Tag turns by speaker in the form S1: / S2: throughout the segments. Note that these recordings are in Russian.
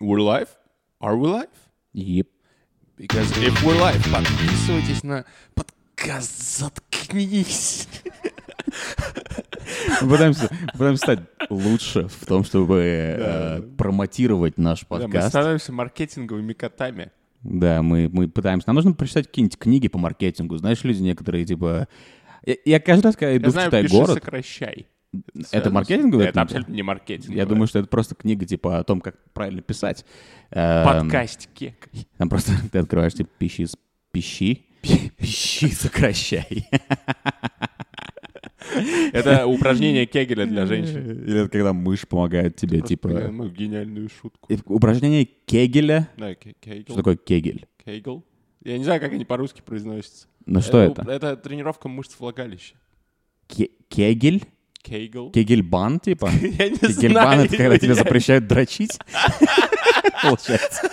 S1: We're live? Are we live?
S2: Yep.
S1: Because if we're live, подписывайтесь на подкаст «Заткнись».
S2: Мы пытаемся, мы пытаемся стать лучше в том, чтобы э, промотировать наш
S1: Да, мы
S2: подкаст.
S1: становимся маркетинговыми котами.
S2: Да, мы, мы пытаемся. Нам нужно прочитать какие-нибудь книги по маркетингу. Знаешь, люди некоторые, типа... Я, я каждый раз, когда иду
S1: Я
S2: в
S1: знаю, пиши
S2: Китай-город,
S1: сокращай.
S2: это маркетинговая
S1: Это
S2: книга?
S1: абсолютно не маркетинг.
S2: я думаю, что это просто книга, типа, о том, как правильно писать. Эм,
S1: Подкастики.
S2: Там просто ты открываешь, типа, пищи из пищи. Пищи сокращай.
S1: Это упражнение Кегеля для женщин.
S2: Или это когда мышь помогает тебе,
S1: Просто,
S2: типа...
S1: ну, гениальную шутку.
S2: И Упражнение Кегеля.
S1: Да, Ке- Кегел.
S2: Что такое Кегель?
S1: Кегел. Я не знаю, как они по-русски произносятся. Э,
S2: Ну что это?
S1: Это тренировка мышц влагалища.
S2: Ке- Кегель?
S1: Кегел.
S2: Кегельбан, типа?
S1: Я не
S2: Кегельбан —
S1: знаю.
S2: это когда тебе запрещают дрочить? Получается.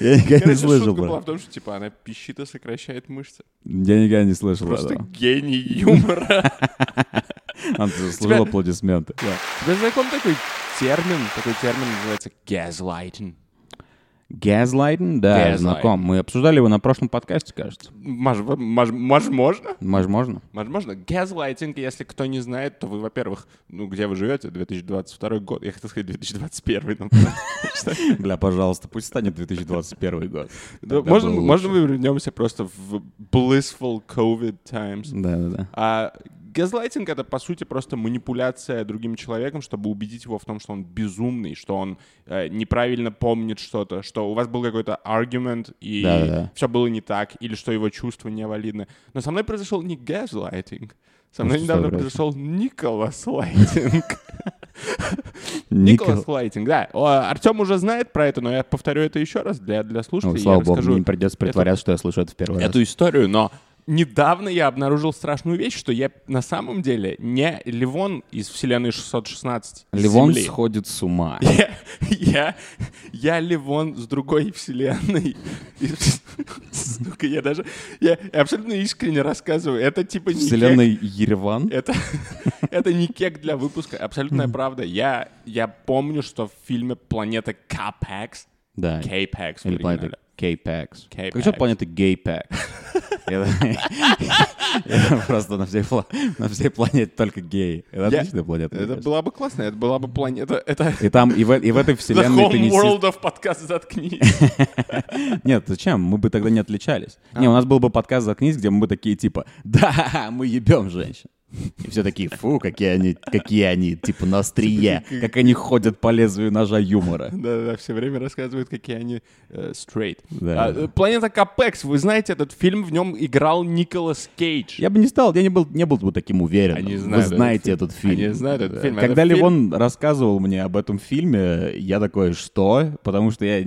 S2: Я никогда не
S1: Короче,
S2: слышал
S1: шутка была
S2: про
S1: в том, что типа она пищит и сокращает мышцы.
S2: Я никогда не слышал про
S1: Просто
S2: это.
S1: гений юмора.
S2: Он заслужил аплодисменты.
S1: Тебе знаком такой термин? Такой термин называется gaslighting.
S2: Газлайтинг, да,
S1: Gaslighting.
S2: знаком. Мы обсуждали его на прошлом подкасте, кажется.
S1: Мож, мож, мож- можно?
S2: Возможно.
S1: Возможно. Газлайтинг, если кто не знает, то вы, во-первых, ну, где вы живете, 2022 год. Я хотел сказать 2021. но-
S2: Бля, пожалуйста, пусть станет 2021 год.
S1: Да,
S2: Тогда
S1: Можно
S2: было
S1: можно
S2: лучше.
S1: мы вернемся просто в blissful COVID times?
S2: Да-да-да.
S1: А газлайтинг — это, по сути, просто манипуляция другим человеком, чтобы убедить его в том, что он безумный, что он э, неправильно помнит что-то, что у вас был какой-то аргумент, и
S2: Да-да-да.
S1: все было не так, или что его чувства не валидны. Но со мной произошел не газлайтинг, со мной
S2: Ну, что
S1: недавно
S2: собрать?
S1: произошел Николас Лайтинг. Николас Лайтинг, да. Артем уже знает про это, но я повторю это еще раз для, для слушателей.
S2: Ну,
S1: Я
S2: слава богу,
S1: расскажу
S2: мне не придется притворяться, что я слышу это в первый раз.
S1: эту историю, но недавно я обнаружил страшную вещь, что я на самом деле не Ливон из вселенной 616 из
S2: Ливон
S1: Земли.
S2: сходит с ума.
S1: Я, я, я Ливон с другой вселенной. И, Сука, я даже... Я абсолютно искренне рассказываю. Это типа не кек.
S2: Вселенной Ереван.
S1: Это, это не кек для выпуска, абсолютная правда. Я, я помню, что в фильме «Планета Капекс»,
S2: Да.
S1: Кейпекс
S2: Или планета
S1: а
S2: K-Pax.
S1: K-Pax.
S2: Как еще планета Gay-Pax? Я я просто на всей пла- на всей планете только гей. Это
S1: Я-
S2: отличная планета. мне
S1: Это
S2: кажется.
S1: была бы классно, это была бы планета... Это,
S2: И там, и в, и в этой
S1: The
S2: вселенной ты
S1: Home
S2: не
S1: World of подкаст заткнись.
S2: сис- Нет, зачем? Мы бы тогда не отличались.
S1: А.
S2: Не, у нас был бы подкаст «Заткнись», где мы бы такие типа «Да, мы ебем женщин». И все такие «Фу, какие они, какие они, типа на острие, как они ходят по лезвию ножа юмора».
S1: Да-да-да, все время рассказывают, какие они э, straight.
S2: Да.
S1: А, э, Планета Капекс, вы знаете, этот фильм, в нем играл Николас Кейдж.
S2: Я бы не стал, я не был, не был бы таким уверенным.
S1: Они
S2: Вы
S1: знают
S2: знаете
S1: этот
S2: этот фильм.
S1: Они знают этот
S2: Да.
S1: фильм. Это
S2: Когда
S1: фильм-
S2: Левон рассказывал мне об этом фильме, я такой, что? Потому что я,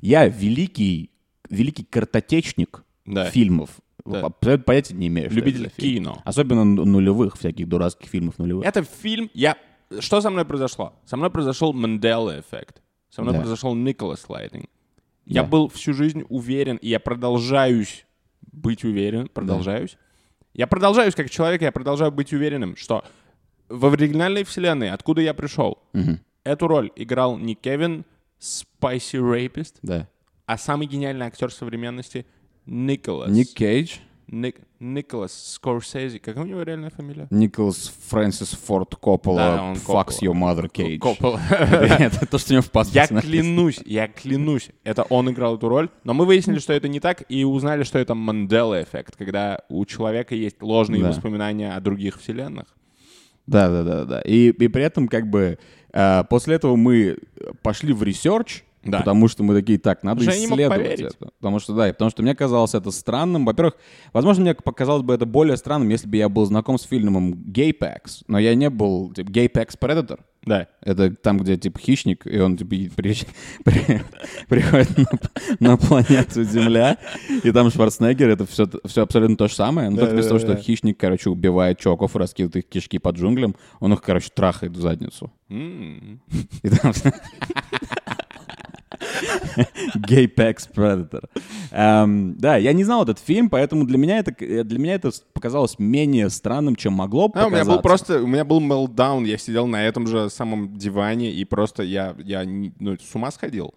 S2: я великий, великий картотечник
S1: Да.
S2: фильмов.
S1: Да.
S2: Абсолютно понятия не имею. что
S1: Любитель
S2: это за фильм.
S1: кино.
S2: Особенно ну- нулевых, всяких дурацких фильмов нулевых.
S1: Типа. Это фильм, я... Что со мной произошло? Со мной произошел Мандела эффект. Со мной
S2: Да.
S1: произошел Николас Лайтинг. Я
S2: Да.
S1: был всю жизнь уверен, и я продолжаюсь быть уверен, продолжаюсь. Я продолжаюсь как человек, я продолжаю быть уверенным, что в оригинальной вселенной, откуда я пришел, эту роль играл не Кевин Спайси Рейпист,
S2: Да.
S1: а самый гениальный актер современности Николас.
S2: Ник Кейдж,
S1: Ник- Николас Скорсезе. Какая у него реальная фамилия?
S2: Николас Фрэнсис Форд
S1: Да,
S2: Коппола,
S1: он
S2: Fucks Your Mother Кейдж.
S1: Коппола.
S2: Это то, что у него в
S1: Я
S2: паспорте написано.
S1: клянусь, я клянусь, это он играл эту роль, но мы выяснили, что это не так, и узнали, что это Мандела эффект, когда у человека есть ложные
S2: Да.
S1: воспоминания о других вселенных.
S2: Да, да, да, да. И, и при этом, как бы, э, после этого мы пошли в ресерч,
S1: Да.
S2: потому что мы такие, так, надо
S1: Потому что я не мог
S2: исследовать
S1: поверить.
S2: это. Потому что, да, и потому что мне казалось это странным. Во-первых, возможно, мне показалось бы это более странным, если бы я был знаком с фильмом Гейпекс, но я не был, типа, Гейпекс Predator.
S1: Да.
S2: Это там, где, типа, хищник, и он, типа, и при- при- приходит на, на планету Земля, и там Шварценеггер, это все, все абсолютно то же самое. Ну, только без того, что
S1: Да-да-да.
S2: хищник, короче, убивает чуваков и раскидывает их кишки по джунглям, он их, короче, трахает в задницу.
S1: М.
S2: И там... Гейпекс Predator. Э, Эм, да, я не знал этот фильм, поэтому для меня это, э, для меня это с- показалось менее странным, чем могло
S1: А, у меня
S2: показаться.
S1: был просто, у меня был мелдаун, я сидел на этом же самом диване, и просто я, я не- ну, с ума сходил.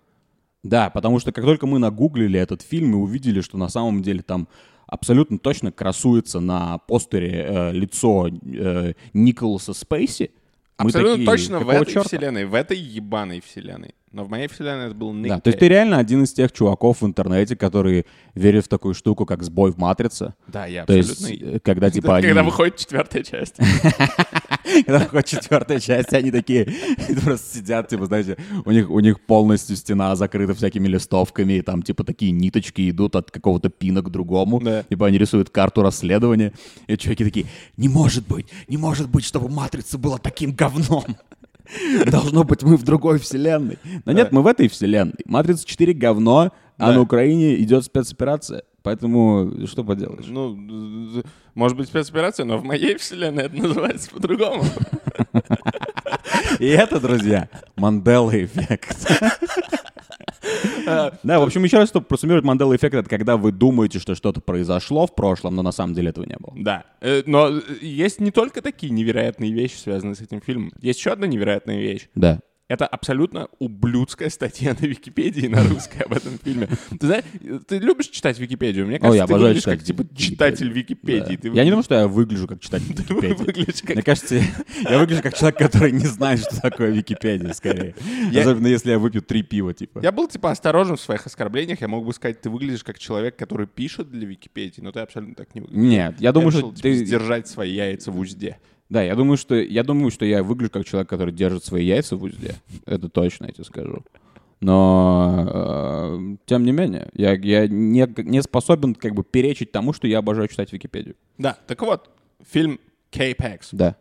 S2: Да, потому что как только мы нагуглили этот фильм и увидели, что на самом деле там абсолютно точно красуется на постере э, лицо э, Николаса Спейси, мы
S1: Абсолютно
S2: такие,
S1: точно в
S2: «Какого
S1: этой
S2: чёрта?»
S1: вселенной, в этой ебаной вселенной. Но в моей вселенной это был Ник
S2: Да, то есть ты реально один из тех чуваков в интернете, которые верят в такую штуку, как сбой в «Матрице».
S1: Кейдж. Да, я
S2: То
S1: абсолютно...
S2: есть, э, когда типа они...
S1: Когда выходит четвертая часть.
S2: Когда выходит четвертая часть, они такие просто сидят, типа, знаете, у них, у них полностью стена закрыта всякими листовками, и там, типа, такие ниточки идут от какого-то пина к другому.
S1: Да.
S2: Типа, они рисуют карту расследования, и чуваки такие, не может быть, не может быть, чтобы «Матрица» была таким говном. Должно быть, мы в другой вселенной. Но нет, мы в этой вселенной. «Матрица 4» — говно, а
S1: Да.
S2: на Украине идет спецоперация. Поэтому что поделаешь?
S1: Ну, з- з- может быть, спецоперация, но в моей вселенной это называется по-другому.
S2: И это, друзья, Мандела эффект. Да, в общем, еще раз, чтобы просуммировать, Мандела эффект — это когда вы думаете, что что-то произошло в прошлом, но на самом деле этого не было.
S1: Да. Э, Но э, есть не только такие невероятные вещи, связанные с этим фильмом. Есть еще одна невероятная вещь.
S2: Да.
S1: Это абсолютно ублюдская статья на Википедии на русской об этом фильме. Ты знаешь, ты любишь читать Википедию? Мне кажется,
S2: я
S1: ты
S2: обожаю
S1: выглядишь как
S2: читать
S1: типа
S2: Википедию.
S1: читатель Википедии. Ты
S2: Я не думаю, что я выгляжу как читатель
S1: выгля-
S2: Википедии.
S1: выглядишь как...
S2: Мне кажется, я выгляжу как человек, который не знает, что такое Википедия, скорее.
S1: Я-
S2: Особенно если я выпью три пива, типа.
S1: Я был типа осторожен в своих оскорблениях. Я мог бы сказать, ты выглядишь как человек, который пишет для Википедии, но ты абсолютно так не выглядишь.
S2: Нет, я думаю, что ты...
S1: держать свои яйца в узде.
S2: Да, я думаю, что я думаю, что я выгляжу как человек, который держит свои яйца в узде. Это точно, я тебе скажу. Но э, тем не менее, я, я не, не способен как бы перечить тому, что я обожаю читать Википедию.
S1: Да, так вот, фильм K-Pax.
S2: Да.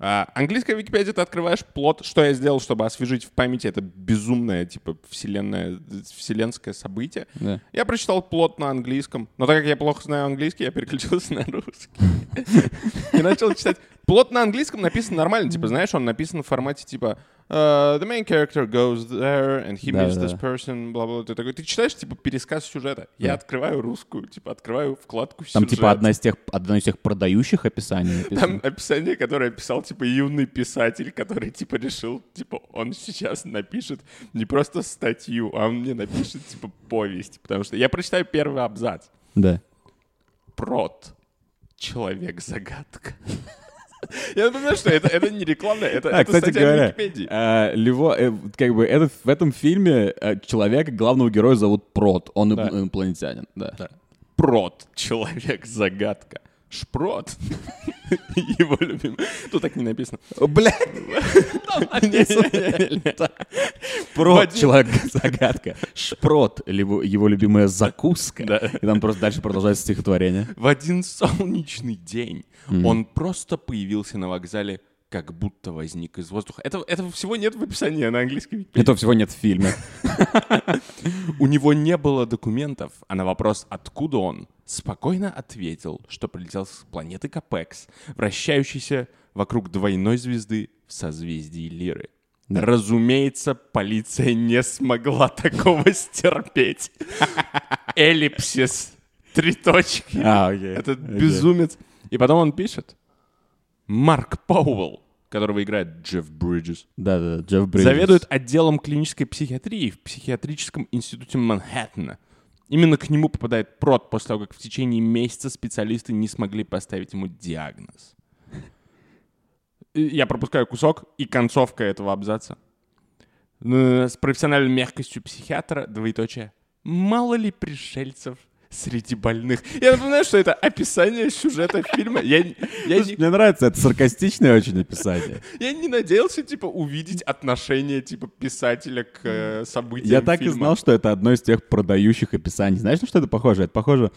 S1: А, английская Википедия, ты открываешь плод, что я сделал, чтобы освежить в памяти это безумное, типа, вселенное, вселенское событие.
S2: Да.
S1: Я прочитал плод на английском, но так как я плохо знаю английский, я переключился на русский. И начал читать. Плод на английском написан нормально, типа, знаешь, он написан в формате, типа, «Э, the main character goes there, and he meets
S2: Да-да-да.
S1: this person, бла-бла. Ты такой, ты читаешь, типа, пересказ сюжета. Я открываю русскую, типа, открываю вкладку
S2: Там
S1: сюжет.
S2: типа одна из тех, одно из тех продающих описаний.
S1: Там
S2: написано.
S1: описание, которое писал, типа, юный писатель, который, типа, решил, типа, он сейчас напишет не просто статью, а он мне напишет, типа, повесть. Потому что я прочитаю первый абзац.
S2: Да.
S1: Прот. Человек-загадка. Я понимаю, что это, это не реклама, это,
S2: А,
S1: это
S2: кстати
S1: статья на
S2: говоря,
S1: Википедии.
S2: э, Лево, э, как бы этот, в этом фильме э, человека главного героя зовут Прот, он
S1: Да.
S2: ип- инопланетянин. Да.
S1: Прот. Человек-загадка. Шпрот. Его любим. Тут так не написано.
S2: Блядь, Прот, человек, загадка. Шпрот, либо его любимая закуска.
S1: Да.
S2: И там просто дальше продолжается стихотворение.
S1: В один солнечный день он просто появился на вокзале, как будто возник из воздуха. Это, этого всего нет в описании а на английском. Википедии.
S2: Этого всего нет в фильме.
S1: У него не было документов, а на вопрос, откуда он, спокойно ответил, что прилетел с планеты Капекс, вращающейся вокруг двойной звезды в созвездии Лиры. Разумеется, полиция не смогла такого стерпеть. Эллипсис. Три точки.
S2: А, окей.
S1: Этот
S2: Окей.
S1: безумец. И потом он пишет. Марк Пауэлл, которого играет Джефф Бриджес,
S2: Да-да, Джефф Бриджес.
S1: заведует отделом клинической психиатрии в психиатрическом институте Манхэттена. Именно к нему попадает прот после того, как в течение месяца специалисты не смогли поставить ему диагноз. И Я пропускаю кусок и концовка этого абзаца. Э, С профессиональной мягкостью психиатра, двоеточие, мало ли пришельцев среди больных. Я напоминаю, что это описание сюжета фильма. Я, не- я, не-
S2: Мне нравится это саркастичное очень описание.
S1: я не надеялся, типа, увидеть отношение, типа, писателя к э, событиям
S2: Я так и
S1: фильма.
S2: знал, что это одно из тех продающих описаний. Знаешь, на что это похоже? Это похоже...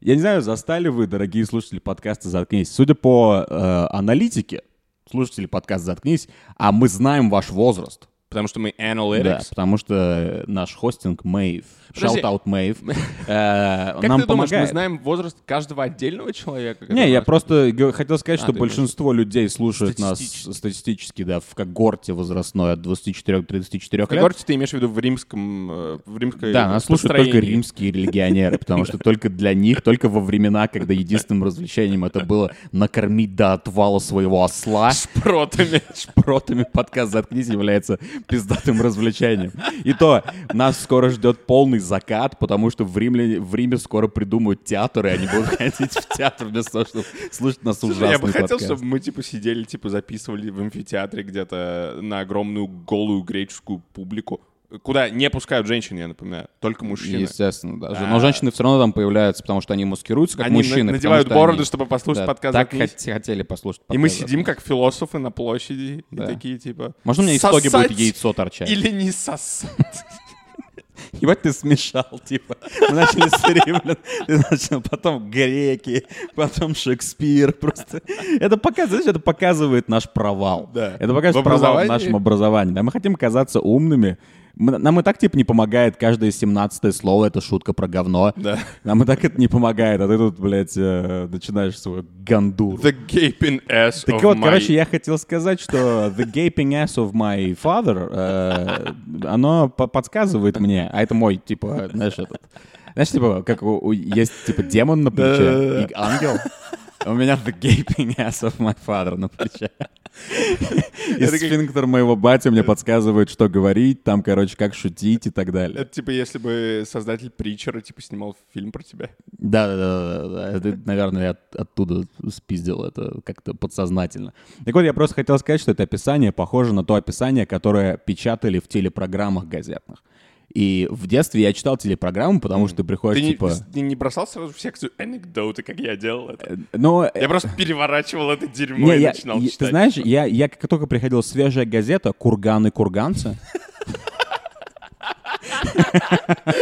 S2: Я не знаю, застали вы, дорогие слушатели подкаста «Заткнись». Судя по э, аналитике, слушатели подкаста «Заткнись», а мы знаем ваш возраст.
S1: Потому что мы
S2: Да,
S1: analytics.
S2: потому что наш хостинг Мэйв,
S1: Подожди.
S2: shout-out Мэйв, Э,
S1: Как
S2: нам
S1: ты думаешь, мы
S2: помогает.
S1: знаем возраст каждого отдельного человека?
S2: Не,
S1: который
S2: я
S1: нас-
S2: просто г- хотел сказать,
S1: А,
S2: что
S1: ты
S2: большинство людей слушают нас
S1: Статистически.
S2: статистически, да, в когорте возрастной от 24 до 34 лет.
S1: Когорте ты имеешь в виду в римском... э, В римской
S2: Да, нас слушают только
S1: построении.
S2: римские религионеры, потому что только для них, только во времена, когда единственным развлечением это было накормить до отвала своего осла,
S1: Шпротами.
S2: шпротами подкаст «Заткнись» является пиздатым развлечением. И то, нас скоро ждет полный закат, потому что в Риме, в Риме скоро придумают театр, и они будут ходить в театр вместо того, чтобы слушать нас
S1: Слушай,
S2: ужасный
S1: я бы хотел,
S2: подкаст.
S1: чтобы мы, типа, сидели, типа, записывали в амфитеатре где-то на огромную голую греческую публику, куда не пускают женщин, я напоминаю, только мужчины.
S2: Естественно, даже. Но женщины все равно там появляются, потому что они маскируются как
S1: Они на-
S2: мужчины.
S1: надевают
S2: потому что
S1: бороды,
S2: они-
S1: чтобы послушать
S2: да,
S1: подкаст
S2: Так
S1: «Заткнись».
S2: хот- хотели послушать подкаст.
S1: И мы
S2: «Заткнись».
S1: сидим как философы на площади
S2: Да.
S1: и такие типа...
S2: Можно у меня из тоги
S1: «Сосать
S2: будет яйцо торчать?
S1: Или не сосать.
S2: Ебать ты смешал, типа. Мы начали с римлян, ты начал, потом греки, потом Шекспир. Просто это показывает, знаешь, это показывает наш провал.
S1: Да.
S2: Это показывает
S1: В
S2: провал в
S1: образовании?
S2: нашем образовании. Да, мы хотим казаться умными. Мы- Нам и так, типа, не помогает каждое 17 слово, это шутка про говно.
S1: Да.
S2: Нам и так это не помогает, а ты тут, блядь, э, начинаешь свою гандуру.
S1: The gaping ass
S2: Так
S1: of
S2: вот,
S1: my-
S2: короче, я хотел сказать, что the gaping ass of my father, э, оно по- подсказывает мне, а это мой, типа, знаешь, этот... Знаешь, типа, как у, у- есть, типа, демон на плече и ангел. А У меня the gaping ass of my father на плече. И
S1: Это как-
S2: сфинктер моего бати мне подсказывает, что говорить, там, короче, как шутить и так далее.
S1: Это типа если бы создатель Притчера типа снимал фильм про тебя.
S2: Да-да-да, это, наверное, я от- оттуда спиздил это как-то подсознательно. Так вот, я просто хотел сказать, что это описание похоже на то описание, которое печатали в телепрограммах газетных. И в детстве я читал телепрограмму, потому что ты приходишь,
S1: Ты не-
S2: типа...
S1: ты не бросал сразу в секцию анекдоты, как я делал это?
S2: э, Ну, э,
S1: Я просто переворачивал это дерьмо
S2: не,
S1: и
S2: я-
S1: начинал
S2: я-
S1: читать.
S2: ты знаешь, я, я как только приходила свежая газета «Курганы курганцы»,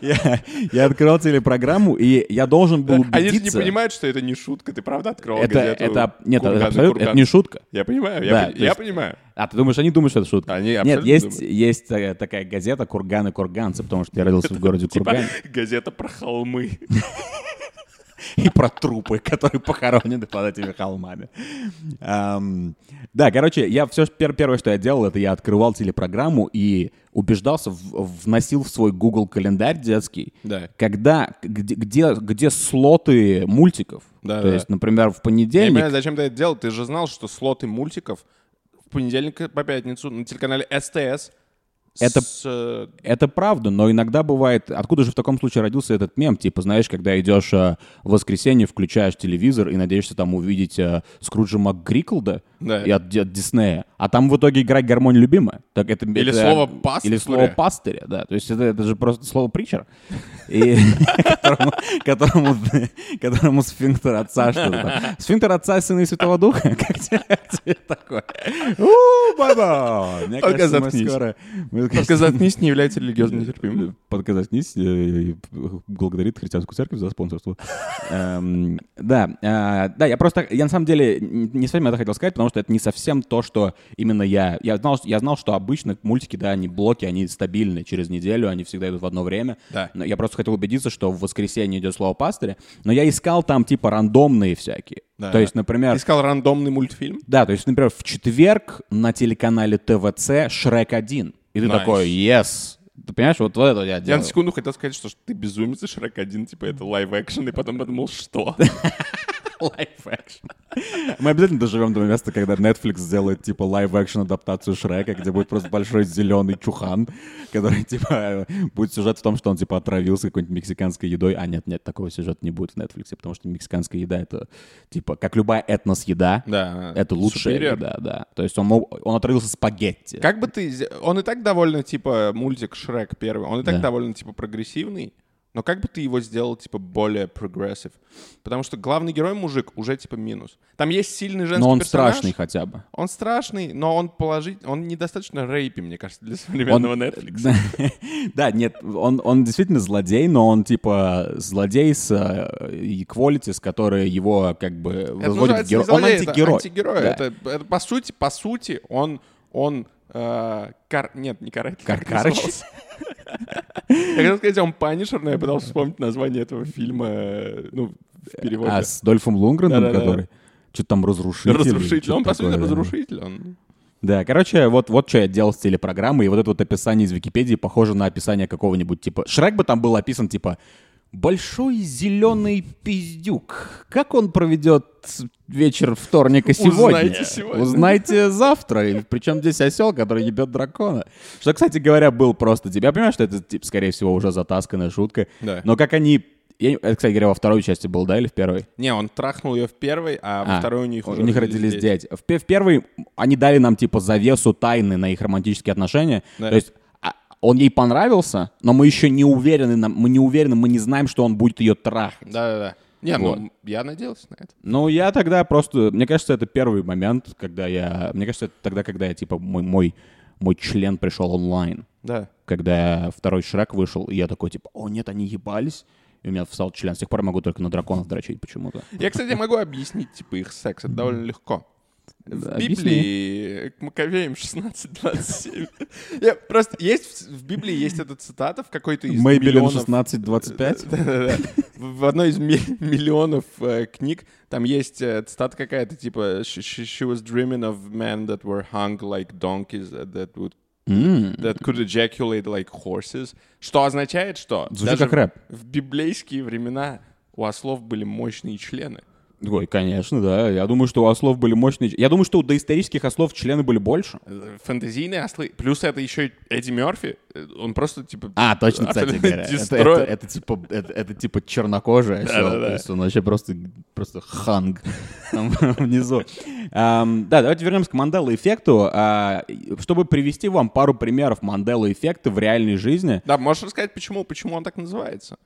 S2: я, я открыл телепрограмму, и я должен был убедиться...
S1: Они же не понимают, что это не шутка. Ты правда открывал
S2: Это,
S1: газету
S2: это, нет, это,
S1: «Курган и
S2: абсолютно,
S1: курган»?
S2: это не шутка.
S1: Я понимаю, я,
S2: Да,
S1: пон-
S2: то
S1: я
S2: есть-
S1: понимаю.
S2: А, ты думаешь, они думают, что это шутка?
S1: Они
S2: Нет,
S1: абсолютно
S2: есть, есть э, такая газета «Курганы курганцы», потому что я родился в городе
S1: Типа
S2: Курган.
S1: газета про холмы.
S2: И про трупы, которые похоронены под этими холмами. Ам, Да, короче, я все первое, что я делал, это я открывал телепрограмму и убеждался, в- вносил в свой Google календарь детский,
S1: Да.
S2: когда, где, где, где слоты мультиков.
S1: Да,
S2: То
S1: да.
S2: есть, например, в
S1: Я не
S2: понедельник
S1: понимаю, зачем ты это делал. Ты же знал, что слоты мультиков в понедельник по пятницу на телеканале СТС
S2: Это-
S1: с, э,
S2: Это правда, но иногда бывает... Откуда же в таком случае родился этот мем? Типа, знаешь, когда идешь э, в воскресенье, включаешь телевизор и надеешься там увидеть э, Скруджа МакГриклда
S1: Да.
S2: и от, от Диснея, а там в итоге игра «Гармонь любимая». Так это,
S1: Или
S2: это-
S1: слово «пастыря».
S2: Или слово «пастыря», да. То есть это, это же просто слово «притчер», и которому- которому которому сфинктер отца что-то там. Сфинктер отца, сына и святого духа? Как тебе как тебе такое? У, баба! Мне
S1: Только
S2: кажется, мы
S1: заткнись.
S2: скоро... мы,
S1: Только заткнись, не является религиозно нетерпимым.
S2: Подкаст «Низ» э, и благодарит христианскую церковь за спонсорство. Эм, Да, э, да, я просто, я на самом деле н- не совсем это хотел сказать, потому что это не совсем то, что именно я, я знал, я знал, что обычно мультики, да, они блоки, они стабильны через неделю, они всегда идут в одно время.
S1: Да.
S2: Но я просто хотел убедиться, что в воскресенье идет слово пастыря, но я искал там типа рандомные всякие.
S1: Да.
S2: То есть, например,
S1: Ты искал рандомный мультфильм?
S2: да, то есть, например, в четверг на телеканале ТВЦ Шрек 1. И ты
S1: Nice.
S2: такой, yes. Ты понимаешь, вот, вот это я
S1: Я
S2: делаю.
S1: на секунду хотел сказать, что ты безумец, и Шрек один, типа, это лайв-экшен, и потом подумал, что?
S2: Мы обязательно доживем до места, когда Netflix сделает, типа, лайв-экшн адаптацию Шрека, где будет просто большой зеленый чухан, который, типа, э, будет сюжет в том, что он, типа, отравился какой-нибудь мексиканской едой. А нет, нет, такого сюжета не будет в Netflix, потому что мексиканская еда — это, типа, как любая этнос-еда,
S1: Да.
S2: это лучшая
S1: Superior.
S2: еда, да. То есть он, мог- он отравился спагетти.
S1: Как бы ты... из- Он и так довольно, типа, мультик Шрек первый, он и так
S2: Да.
S1: довольно, типа, прогрессивный, но как бы ты его сделал, типа, более прогрессив? Потому что главный герой мужик уже, типа, минус. Там есть сильный женский
S2: Но он
S1: персонаж.
S2: страшный хотя бы.
S1: Он страшный, но он положительный. Он недостаточно рейпи, мне кажется, для современного Netflix.
S2: Да, нет, он, он действительно злодей, но он типа злодей с э, equalities, которые его как бы
S1: Это
S2: возводит
S1: называется не
S2: в героя. Он
S1: злодей, это
S2: антигерой.
S1: антигерой.
S2: Да.
S1: Это, это по сути, по сути, он, он э, Кар... Нет, не Караки. как это
S2: Каркарыч?
S1: называлось? Я хотел сказать, он Панишер, но я пытался вспомнить название этого фильма, э, ну, в переводе.
S2: А, с Дольфом Лунгрендом,
S1: Да-да-да.
S2: который... Что-то там разрушитель. или
S1: Разрушитель.
S2: чё-то
S1: Он, по сути,
S2: такое, да.
S1: разрушитель. Он...
S2: Да, короче, вот, вот что я делал с телепрограммой, и вот это вот описание из Википедии похоже на описание какого-нибудь типа... Шрек бы там был описан типа «Большой зеленый пиздюк». Как он проведет вечер вторника сегодня?
S1: Узнайте сегодня.
S2: Узнайте завтра. И Причем здесь осел, который ебет дракона. Что, кстати говоря, был просто... типа, Я понимаю, что это, типа, скорее всего, уже затасканная шутка.
S1: Да.
S2: Но как они... я не- Это, кстати говоря, во второй части был, да, или в первой?
S1: Не, он трахнул ее в первой, а, во
S2: А,
S1: второй у них уже
S2: родились дети. В, пе- в первый они дали нам типа завесу тайны на их романтические отношения.
S1: Да.
S2: То есть а, он ей понравился, но мы еще не уверены, нам- мы не уверены, мы не знаем, что он будет ее трахать.
S1: Да-да-да. Не,
S2: Вот.
S1: ну, я надеялся на это.
S2: Ну, я тогда просто... Мне кажется, это первый момент, когда я... Мне кажется, это тогда, когда я, типа, мой, мой, мой член пришел онлайн.
S1: Да.
S2: Когда второй Шрек вышел, и я такой, типа, о, нет, они ебались. И у меня встал член. С тех пор я могу только на драконов дрочить почему-то.
S1: Я, кстати, могу объяснить, типа, их секс. Это довольно легко. В
S2: Объясни.
S1: Библии к Маковеям 16.27. Я Просто есть в- в Библии есть эта цитата в какой-то из
S2: Мэйбелин
S1: миллионов...
S2: 1625.
S1: Да-да-да. В в одной из ми- миллионов э, книг там есть э, цитата какая-то, типа «She she- she was dreaming of men that were hung like donkeys uh, that would
S2: М.
S1: that could ejaculate like horses», что означает, что
S2: Звучит
S1: даже
S2: как рэп.
S1: в библейские времена у ослов были мощные члены.
S2: Ой, конечно, да. Я думаю, что у ослов были мощные... ч- Я думаю, что у доисторических ослов члены были больше.
S1: Э, Фэнтезийные ослы. Плюс это еще и Эдди Мерфи. Э, Он просто, типа...
S2: А, точно, кстати
S1: Абсолютно
S2: говоря. Это,
S1: дестрой.
S2: это- это типа, это, это типа чернокожий осел.
S1: Да-да-да.
S2: То есть он вообще просто, просто ханг там внизу. Ам, да, давайте вернемся к Манделла эффекту. А, и- чтобы привести вам пару примеров Манделла эффекта в реальной жизни.
S1: Да, можешь рассказать, почему, почему он так называется?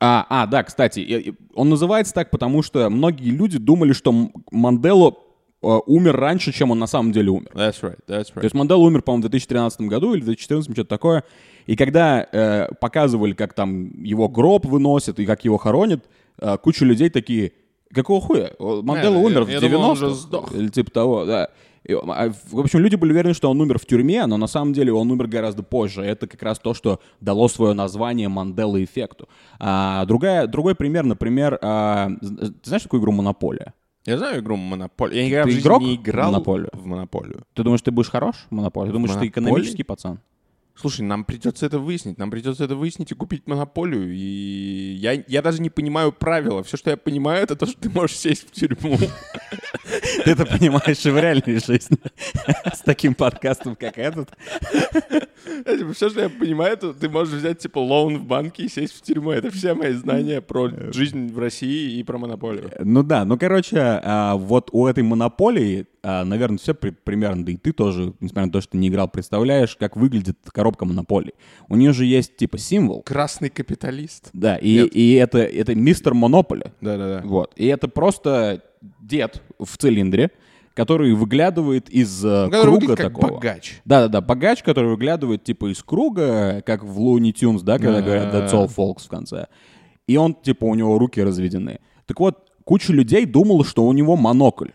S2: А, а, да, кстати, я- я- он называется так, потому что многие люди думали, что М- Манделла э, умер раньше, чем он на самом деле умер.
S1: That's right, that's
S2: То есть Мандел умер, по-моему, в 2013 году или в 2014, что-то такое. И когда э, показывали, как там его гроб выносят и как его хоронят, э, куча людей такие, какого хуя? О, Мандела
S1: Да, я-
S2: умер в
S1: ну, я думал, он уже
S2: 90-х».
S1: сдох.
S2: Или типа того, да. И, а, в общем, люди были уверены, что он умер в тюрьме, но на самом деле он умер гораздо позже. Это как раз то, что дало свое название Мандела эффекту. А, другая, другой пример, например, а, з- ты знаешь такую игру «Монополия»?
S1: Я знаю игру Монополию. Я никогда
S2: Ты
S1: в жизни
S2: игрок
S1: не играл
S2: в «Монополию»?
S1: в Монополию.
S2: Ты думаешь, ты будешь хорош в «Монополии»? Ты думаешь, ты
S1: «Монополии»?
S2: экономический пацан?
S1: Слушай, нам придется это выяснить. Нам придется это выяснить и купить Монополию. И я, я даже не понимаю правила. Все, что я понимаю, это то, что ты можешь сесть в тюрьму.
S2: Ты это понимаешь и в реальной жизни. С таким подкастом, как этот.
S1: Все, что я понимаю, это ты можешь взять, типа, лоун в банке и сесть в тюрьму. Это все мои знания
S2: Э.
S1: про жизнь в России и про Монополию.
S2: Ну да, ну короче, а, вот у этой монополии, а, наверное, все примерно, да и ты тоже, несмотря на то, что ты не играл, представляешь, как выглядит коробка монополии. У нее же есть типа символ.
S1: Красный капиталист.
S2: Да, и,
S1: Нет.
S2: и это, это мистер Монополи.
S1: Да-да-да.
S2: Вот. И это просто дед в цилиндре, который выглядывает из э,
S1: Ну, который
S2: круга
S1: выглядит как
S2: такого.
S1: богач.
S2: Да-да-да, богач, который выглядывает типа из круга, как в Looney Tunes, да,
S1: Да.
S2: когда говорят «That's all folks» в конце. И он, типа, у него руки разведены. Так вот, куча людей думала, что у него монокль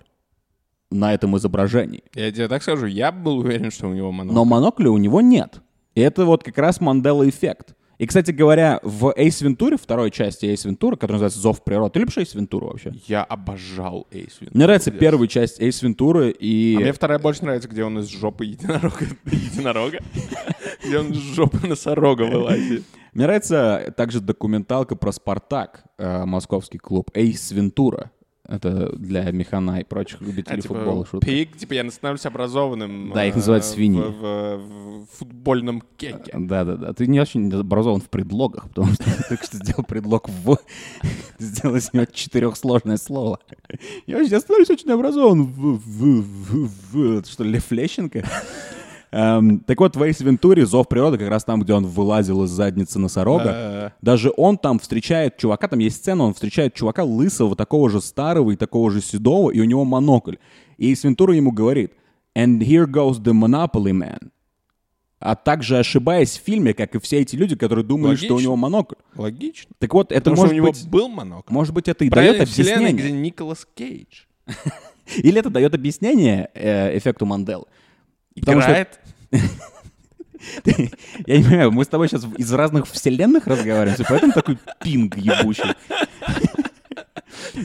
S2: на этом изображении.
S1: Я тебе так скажу, я был уверен, что у него монополия.
S2: Но монокля у него нет. И это вот как раз Мандела эффект. И, кстати говоря, в Ace Ventura, второй части Ace Ventura, которая называется «Зов природы», ты любишь Ace Ventura вообще?
S1: Я обожал Эйс Вентура.
S2: Мне нравится
S1: Пиздец.
S2: первая часть Ace Ventura и...
S1: А мне вторая больше нравится, где он из жопы единорога, единорога? где он из жопы носорога вылазит.
S2: Мне нравится также документалка про Спартак, э, московский клуб Эйс Вентура. Это для механа и прочих любителей
S1: А,
S2: футбола.
S1: типа,
S2: шутка.
S1: пик, типа, я становлюсь образованным.
S2: Да, их
S1: э,
S2: называют свиньи.
S1: В, в- в футбольном кеке.
S2: Да-да-да. Ты не очень образован в предлогах, потому что ты только что сделал предлог в... Ты сделал из него четырехсложное слово. Я очень- я становлюсь очень образован в... в- в- в- Это что, Лев Лещенко? Эм, так вот, в Эйс Вентуре «Зов природы», как раз там, где он вылазил из задницы носорога,
S1: Э,
S2: Даже он там встречает чувака, там есть сцена, он встречает чувака лысого, такого же старого и такого же седого, и у него монокль. И Свинтура ему говорит, and here goes the monopoly man. А также ошибаясь в фильме, как и все эти люди, которые думали, что у
S1: Логично.
S2: него монокль.
S1: Логично.
S2: Так вот, это
S1: Потому что у
S2: может
S1: него
S2: быть...
S1: был монок.
S2: Может быть, это и дает
S1: Правильная вселенная,
S2: объяснение.
S1: где Николас Кейдж
S2: Или это дает объяснение э, эффекту Мандел.
S1: играет
S2: Я не понимаю, мы с тобой сейчас из разных вселенных разговариваем, и поэтому такой пинг ебучий.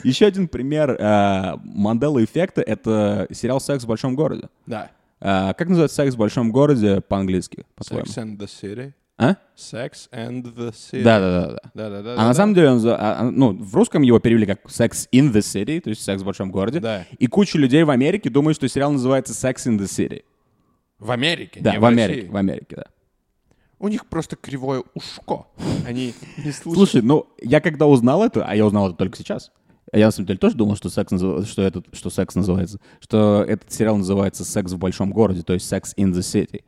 S2: Еще один пример э, Мандела эффекта — это сериал «Секс в большом городе».
S1: Да.
S2: А, Как называется «Секс в большом городе» по-английски? По-своему.
S1: Sex and the City.
S2: А?
S1: Sex and the City.
S2: Да-да-да.
S1: Да-да-да.
S2: А на самом деле он, за- а, а, ну, в русском его перевели как «Sex in the City», то есть «Секс в большом городе».
S1: Да.
S2: И куча людей в Америке думают, что сериал называется «Sex in the City».
S1: В Америке,
S2: Да,
S1: не
S2: в Америке,
S1: России.
S2: в Америке, да.
S1: У них просто кривое ушко. Они не слушают.
S2: Слушай, ну, я когда узнал это, а я узнал это только сейчас, я на самом деле тоже думал, что секс, назыв- что этот, что секс называется, что этот сериал называется «Секс в большом городе», то есть «Секс in the City».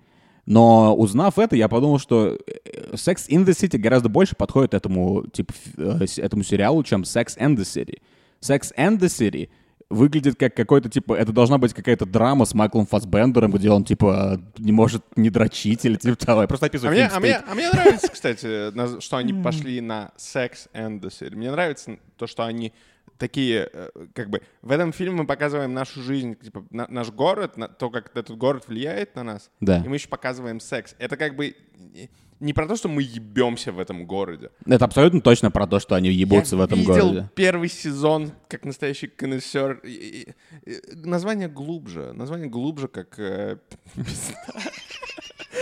S2: Но узнав это, я подумал, что э, «Секс in the City» гораздо больше подходит этому, типа, ф- э, с- этому сериалу, чем «Секс and the City». «Секс and the City» выглядит как какой-то, типа, это должна быть какая-то драма с Майклом Фассбендером, где он, типа, не может не дрочить или типа того. Я просто
S1: А
S2: описываю
S1: мне,
S2: фильм
S1: а,
S2: «Стыд».
S1: мне, а мне нравится, кстати, на- что они пошли на Sex and the City. Мне нравится то, что они такие, э, как бы, в этом фильме мы показываем нашу жизнь, типа, на- наш город, на то, как этот город влияет на нас.
S2: Да.
S1: И мы еще показываем секс. Это как бы не- не про то, что мы ебемся в этом городе.
S2: Это абсолютно точно про то, что они ебутся
S1: Я
S2: в этом
S1: видел
S2: городе.
S1: первый сезон, как настоящий коннессер. И- и- и- Название глубже. Название глубже, как... э, не знаю.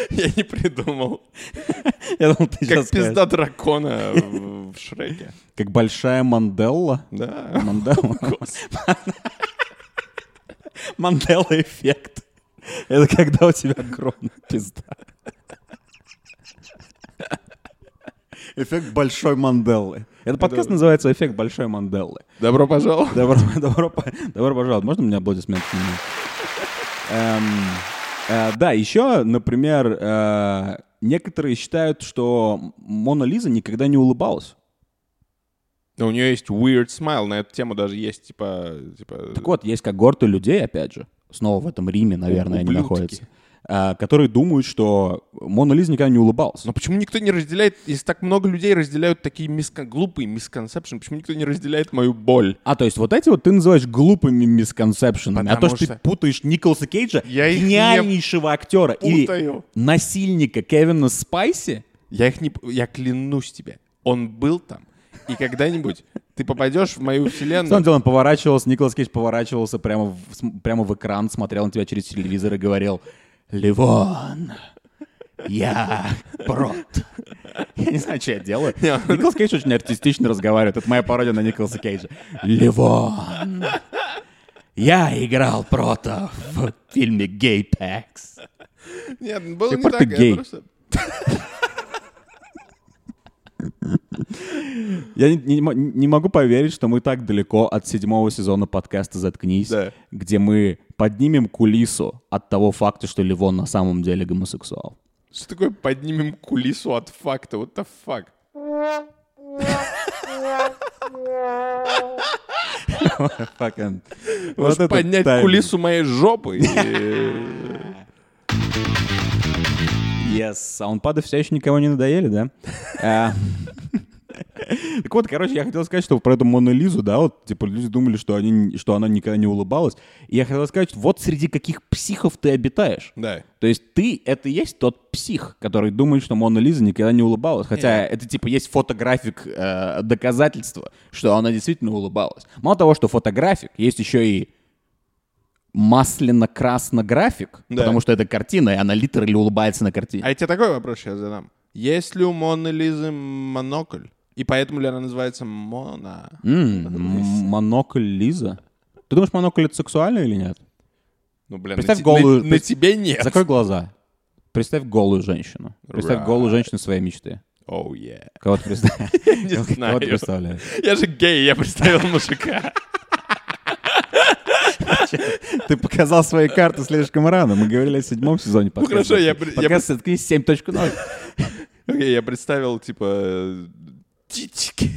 S1: Я не придумал.
S2: Я думал, ты
S1: Как
S2: сейчас скажешь.
S1: пизда дракона в в Шреке.
S2: Как большая Манделла.
S1: Да.
S2: Мандела. Мандела эффект. Это когда у тебя огромная пизда. Эффект большой Манделлы. Этот подкаст называется «Эффект большой Манделлы».
S1: Добро пожаловать.
S2: Добро, добро, по- добро пожаловать. Можно мне аплодисменты? немного? Эм, э, да, еще, например, э, некоторые считают, что Мона Лиза никогда не улыбалась.
S1: У нее есть weird smile. На эту тему даже есть, типа... типа
S2: Так вот, есть когорты людей, опять же, снова в этом Риме, наверное, они
S1: ублюдки.
S2: находятся, э, которые думают, что Мона Лиза никогда не улыбалась.
S1: Но почему никто не разделяет, если так много людей разделяют такие мискон- глупые мисконцепшн, почему никто не разделяет мою боль?
S2: А, то есть вот эти вот ты называешь глупыми мисконсепшенами, а то,
S1: Потому
S2: что
S1: что-
S2: ты путаешь Николаса Кейджа,
S1: Я их не
S2: гениальнейшего актера,
S1: путаю.
S2: и насильника Кевина Спайси,
S1: Я их не... п- Я клянусь тебе, он был там. И когда-нибудь ты попадешь в мою
S2: На самом
S1: вселенную.
S2: деле он поворачивался, Николас Кейдж поворачивался прямо в, см- прямо в экран, смотрел на тебя через телевизор и говорил «Ливон, я прот». Я не знаю, что я делаю. Николас Кейдж очень артистично разговаривает. Это моя пародия на Николаса Кейджа. «Ливон, я играл прота в фильме «Гей Пэкс».
S1: Нет, ну, было
S2: Ты
S1: не
S2: просто
S1: так. я
S2: гей.
S1: просто-
S2: Я не, не мо- не могу поверить, что мы так далеко от седьмого сезона подкаста «Заткнись»,
S1: Да.
S2: где мы поднимем кулису от того факта, что Ливон на самом деле гомосексуал.
S1: Что такое поднимем кулису от факта? Вот the fuck?
S2: Fucking-
S1: Можешь
S2: это
S1: поднять
S2: тайминг.
S1: кулису моей жопы. и-
S2: Yes, саундпады все еще никого не надоели, да? А. Так вот, короче, я хотел сказать, что про эту Мону Лизу, да, вот, типа, люди думали, что, они, что она никогда не улыбалась. И я хотел сказать, вот среди каких психов ты обитаешь.
S1: Да.
S2: То есть ты — это и есть тот псих, который думает, что Мона Лиза никогда не улыбалась. Хотя это, типа, есть фотографик э, доказательства, что она действительно улыбалась. Мало того, что фотографик, есть еще и масляно-красно-график,
S1: Да.
S2: потому что это картина, и она литерально улыбается на картине.
S1: А я тебе такой вопрос сейчас задам. Есть ли у Моны Лизы монокль? И поэтому ли она называется Мона?
S2: М, м, монокль Лиза? Ты думаешь, монокль — это сексуально или нет?
S1: Ну, блин,
S2: Представь
S1: на, те-
S2: голую-
S1: на- на тебе нет.
S2: Закрой глаза. Представь голую женщину. Представь
S1: Right.
S2: голую женщину своей мечты.
S1: Оу, Oh, yeah.
S2: Кого ты представляешь?
S1: Не
S2: Кого ты
S1: знаю.
S2: представляешь?
S1: Я же гей, я представил мужика.
S2: Ты показал свои карты слишком рано. Мы говорили о седьмом сезоне подкаста.
S1: Ну, хорошо, я при- я
S2: Подкаст «Заткнись» 7.0.
S1: Окей, я представил, типа, э, титики.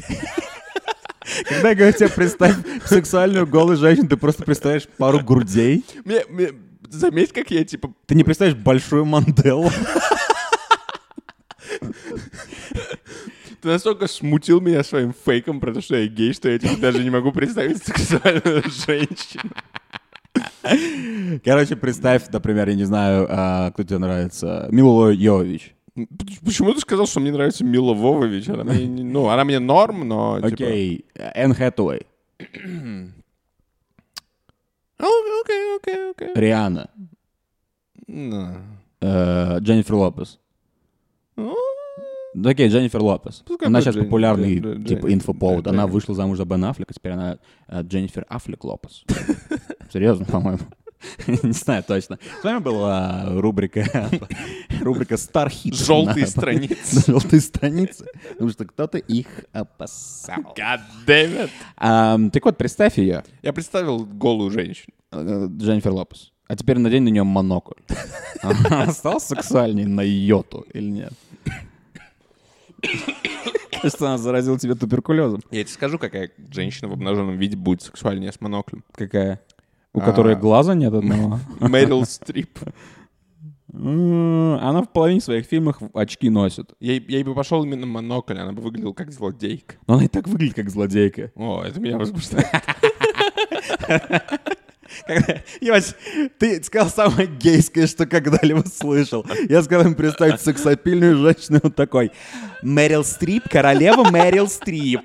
S2: Когда я говорю тебе представь сексуальную голую женщину, ты просто представляешь пару грудей.
S1: Мне- мне- Заметь, как я, типа,
S2: Ты не представляешь большую манделу.
S1: ты настолько смутил меня своим типа, фейком про то, что я гей, что я теперь даже не могу представить сексуальную женщину.
S2: Короче, представь, например, я не знаю, а, кто тебе нравится, Мило Йович.
S1: Почему ты сказал, что мне нравится Мила Вовович? Она мне, не- ну, она мне норм, но... типа-
S2: Окей, Энн Хэтуэй,
S1: О, Окей, окей, окей.
S2: Риана,
S1: Да.
S2: э, Дженнифер Лопес.
S1: Ну,
S2: Ну, Окей, Дженнифер Лопес.
S1: Пускай
S2: она
S1: будет
S2: сейчас
S1: Джен-
S2: популярный,
S1: Джен- Джен-
S2: типа,
S1: Джен-
S2: инфоповод.
S1: Джен-
S2: Она
S1: Джен.
S2: вышла замуж за Бен Аффлека, теперь она э, Дженнифер Аффлек Лопес. Серьезно, по-моему. Не знаю точно. С вами была рубрика рубрика Стархит.
S1: Желтые страницы.
S2: Желтые страницы. Потому что кто-то их опасал.
S1: God damn it.
S2: Ам, Так вот, представь ее,
S1: Я представил голую женщину.
S2: э, Дженнифер Лопес. А теперь надень на нее монокль. Она стала сексуальней на йоту или нет? Кажется, она заразила тебя туберкулезом.
S1: Я тебе скажу, какая женщина в обнаженном виде будет сексуальнее с моноклем.
S2: Какая? У
S1: А.
S2: которой глаза нет одного.
S1: Мэрил Стрип.
S2: М, Она в половине своих фильмах очки носит.
S1: Ей, ей бы пошел именно монокль, она бы выглядела как злодейка.
S2: Но она и так выглядит как злодейка.
S1: О, это меня возбуждает.
S2: Ебать, ты сказал самое гейское, что когда-либо слышал. Я сказал им представить сексапильную женщину вот такой. Мэрил Стрип, королева Мэрил Стрип.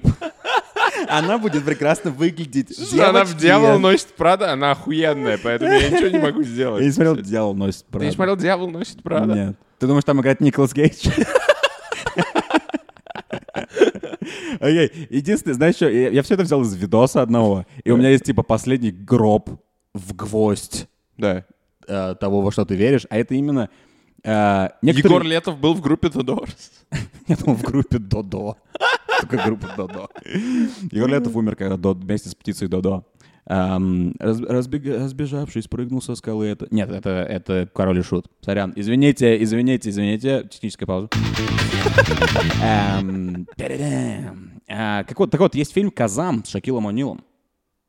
S2: Она будет прекрасно выглядеть.
S1: Она в
S2: Девочки,
S1: «Дьявол
S2: я-
S1: носит Прада», она охуенная, поэтому я ничего не могу сделать.
S2: Я не смотрел «Дьявол
S1: Ты
S2: носит
S1: не
S2: Прада».
S1: смотрел «Дьявол носит Прада»?
S2: Нет. Ты думаешь, там играет Николас Кейдж? Окей, единственное, знаешь что, я, все это взял из видоса одного, и у меня есть, типа, последний гроб в гвоздь
S1: Да.
S2: э, того, во что ты веришь, а это именно... э,
S1: Егор
S2: некоторые...
S1: Летов был в группе The Doors.
S2: Я думал, в группе Додо. Только группа Додо. Егор Летов умер когда Дод- вместе с птицей Додо. Эм, раз- разбег- разбежавшись, прыгнул со скалы. Это... Нет, это, это король и шут. Сорян. Извините, извините, извините. Техническая пауза. Эм, перерем. А, как вот- Так вот, есть фильм «Казам» с Шакилом О'Нилом.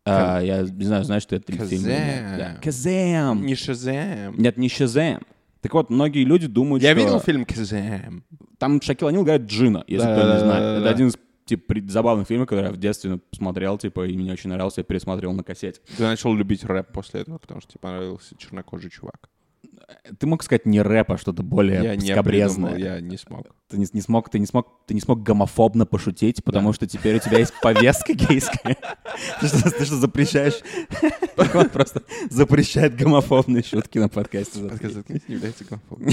S2: А, Я не знаю, знаешь ты этот фильм? или нет. Да. «Казам».
S1: Не Шазам.
S2: Нет, не «Щазам». Так вот, многие люди думают,
S1: Я
S2: что...
S1: видел фильм «Казам».
S2: Там Шакил Анил играет Джина, если
S1: Да,
S2: кто
S1: да,
S2: не знает.
S1: да, да,
S2: это
S1: да.
S2: один из типа, при- забавных фильмов, который я в детстве ну, смотрел, типа, и мне очень нравился, я пересмотрел на кассете.
S1: Ты начал любить рэп после этого, потому что тебе понравился чернокожий чувак.
S2: Ты мог сказать не рэп, а что-то более
S1: Я не
S2: скобрезное.
S1: придумал, я не смог.
S2: Ты, не, не смог, ты, не смог, ты не смог гомофобно пошутить, потому что теперь у тебя есть повестка гейская. Ты что, ты что, запрещаешь? Он просто запрещает гомофобные шутки на подкасте.
S1: Отказ не является гомофобом.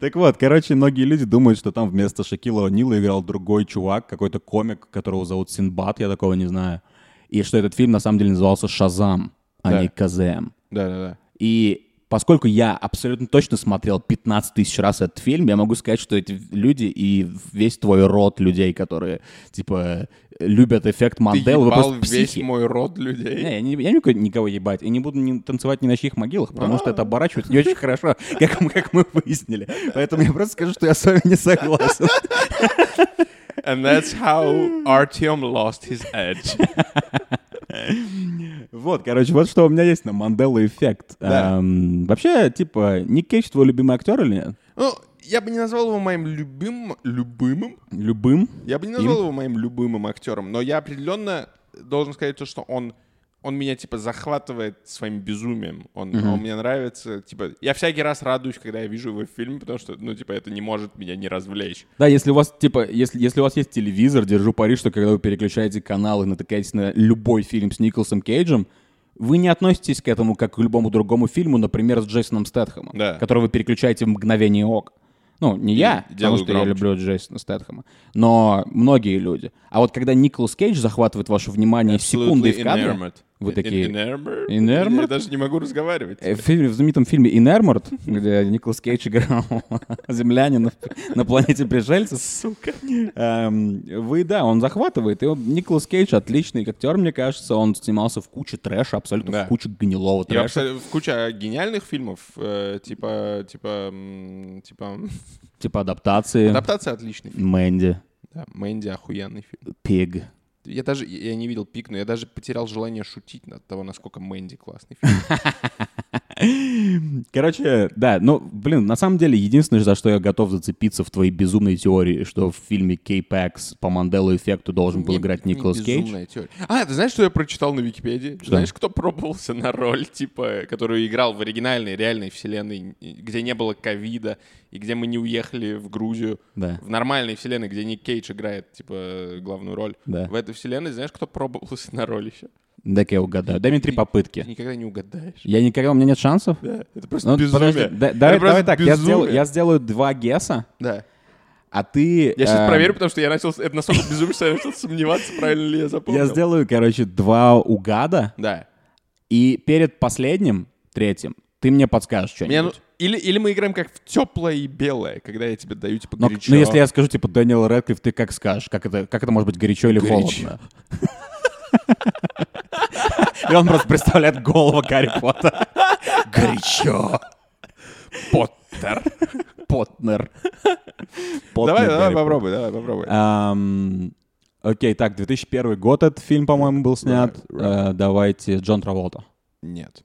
S2: Так вот, короче, многие люди думают, что там вместо Шакила О'Нила играл другой чувак, какой-то комик, которого зовут Синбад, я такого не знаю. И что этот фильм на самом деле назывался «Шазам», а
S1: Да.
S2: не «КЗМ».
S1: Да-да-да.
S2: И поскольку я абсолютно точно смотрел 15 тысяч раз этот фильм, я могу сказать, что эти люди и весь твой род людей, которые, типа, любят эффект
S1: Ты
S2: Манделы, вы
S1: ебал
S2: просто
S1: весь
S2: психи.
S1: мой род людей.
S2: Не, я не, я не буду никого ебать. И не буду ни танцевать ни на чьих могилах, потому что это оборачивается не очень хорошо, как, мы- как мы выяснили. Поэтому я просто скажу, что я с вами не согласен.
S1: And that's how Artyom lost his edge.
S2: Вот, короче, вот что у меня есть на Мандела эффект.
S1: Да.
S2: Эм, вообще, типа, Ник Кейдж твой любимый актер или нет?
S1: Ну, я бы не назвал его моим любимым... Любимым?
S2: Любым?
S1: Я бы не назвал его моим любимым актером, но я определенно должен сказать то, что он он меня, типа, захватывает своим безумием. Он, он мне нравится. Типа, я всякий раз радуюсь, когда я вижу его в фильме, потому что, ну, типа, это не может меня не развлечь.
S2: Да, если у вас, типа, если, если у вас есть телевизор, держу пари, что когда вы переключаете канал и натыкаетесь на любой фильм с Николсом Кейджем, вы не относитесь к этому как к любому другому фильму, например, с Джейсоном Стэтхэмом,
S1: Да.
S2: который вы переключаете в мгновение ока. Ну, не я, потому
S1: делаю
S2: что я
S1: громче.
S2: люблю Джейсона Стэтхэма, но многие люди. А вот когда Николас Кейдж захватывает ваше внимание секунды в кадре,
S1: Absolutely enamored.
S2: вы
S1: In-
S2: такие...
S1: enamored?
S2: Enamored?
S1: Я даже не могу разговаривать.
S2: Э, В, фильме, в знаменитом фильме «Инерморт», где Николас Кейдж играл землянина в- на планете пришельцев. Сука. вы, да, он захватывает. И он- Николас Кейдж отличный актер, мне кажется. Он снимался в куче трэша, абсолютно
S1: Да.
S2: в куче гнилого
S1: Я
S2: трэша.
S1: вообще в куча гениальных фильмов, э, типа, типа, м, типа,
S2: Типа адаптации.
S1: адаптация отличный фильм.
S2: Мэнди,
S1: Да, Мэнди охуенный фильм.
S2: Пиг.
S1: Я даже, я не видел Пик, но я даже потерял желание шутить над того, насколько Мэнди классный фильм.
S2: Короче, да, ну, блин, на самом деле, единственное, за что я готов зацепиться в твоей безумной теории, что в фильме Кейпекс по Манделу эффекту должен был
S1: Не-
S2: играть
S1: не
S2: Николас Кейдж.
S1: безумная теория. А, ты знаешь, что я прочитал на Википедии? Знаешь, кто пробовался на роль, типа, которую играл в оригинальной, реальной вселенной, и- где не было ковида, и где мы не уехали в Грузию?
S2: Да.
S1: В нормальной вселенной, где Ник Кейдж играет, типа, главную роль.
S2: Да.
S1: В этой вселенной, знаешь, кто пробовался на роль еще?
S2: Дай-ка я угадаю. Дай мне три
S1: Ты- Ты
S2: попытки.
S1: никогда не угадаешь.
S2: Я никогда, у меня нет шансов?
S1: Да, это просто
S2: Ну,
S1: безумие.
S2: подожди, да-
S1: Это
S2: давай,
S1: просто
S2: давай так, я
S1: безумие.
S2: сделаю, я сделаю два гесса,
S1: Да.
S2: а ты...
S1: Я сейчас
S2: э,
S1: проверю, потому что я начал... с- Это настолько безумие, что я начал сомневаться, правильно ли я запомнил.
S2: Я сделаю, короче, два угада,
S1: Да.
S2: и перед последним, третьим, ты мне подскажешь
S1: Мне,
S2: что-нибудь.
S1: ну, или, или мы играем как в теплое и белое, когда я тебе даю типа
S2: Но,
S1: горячо.
S2: но если я скажу, типа, Дэниел Рэдклифф, ты как скажешь? Как это, как это может быть горячо или
S1: Горячо.
S2: холодно? И он просто представляет голову Гарри Поттера. Горячо.
S1: Поттер.
S2: Поттнер. Поттнер
S1: Давай, давай
S2: Гарри
S1: попробуй, давай попробуй.
S2: Поттер. Ам, Окей, так, 2001 год этот фильм, по-моему, был снят. Э, Давайте Джон Траволта.
S1: Нет.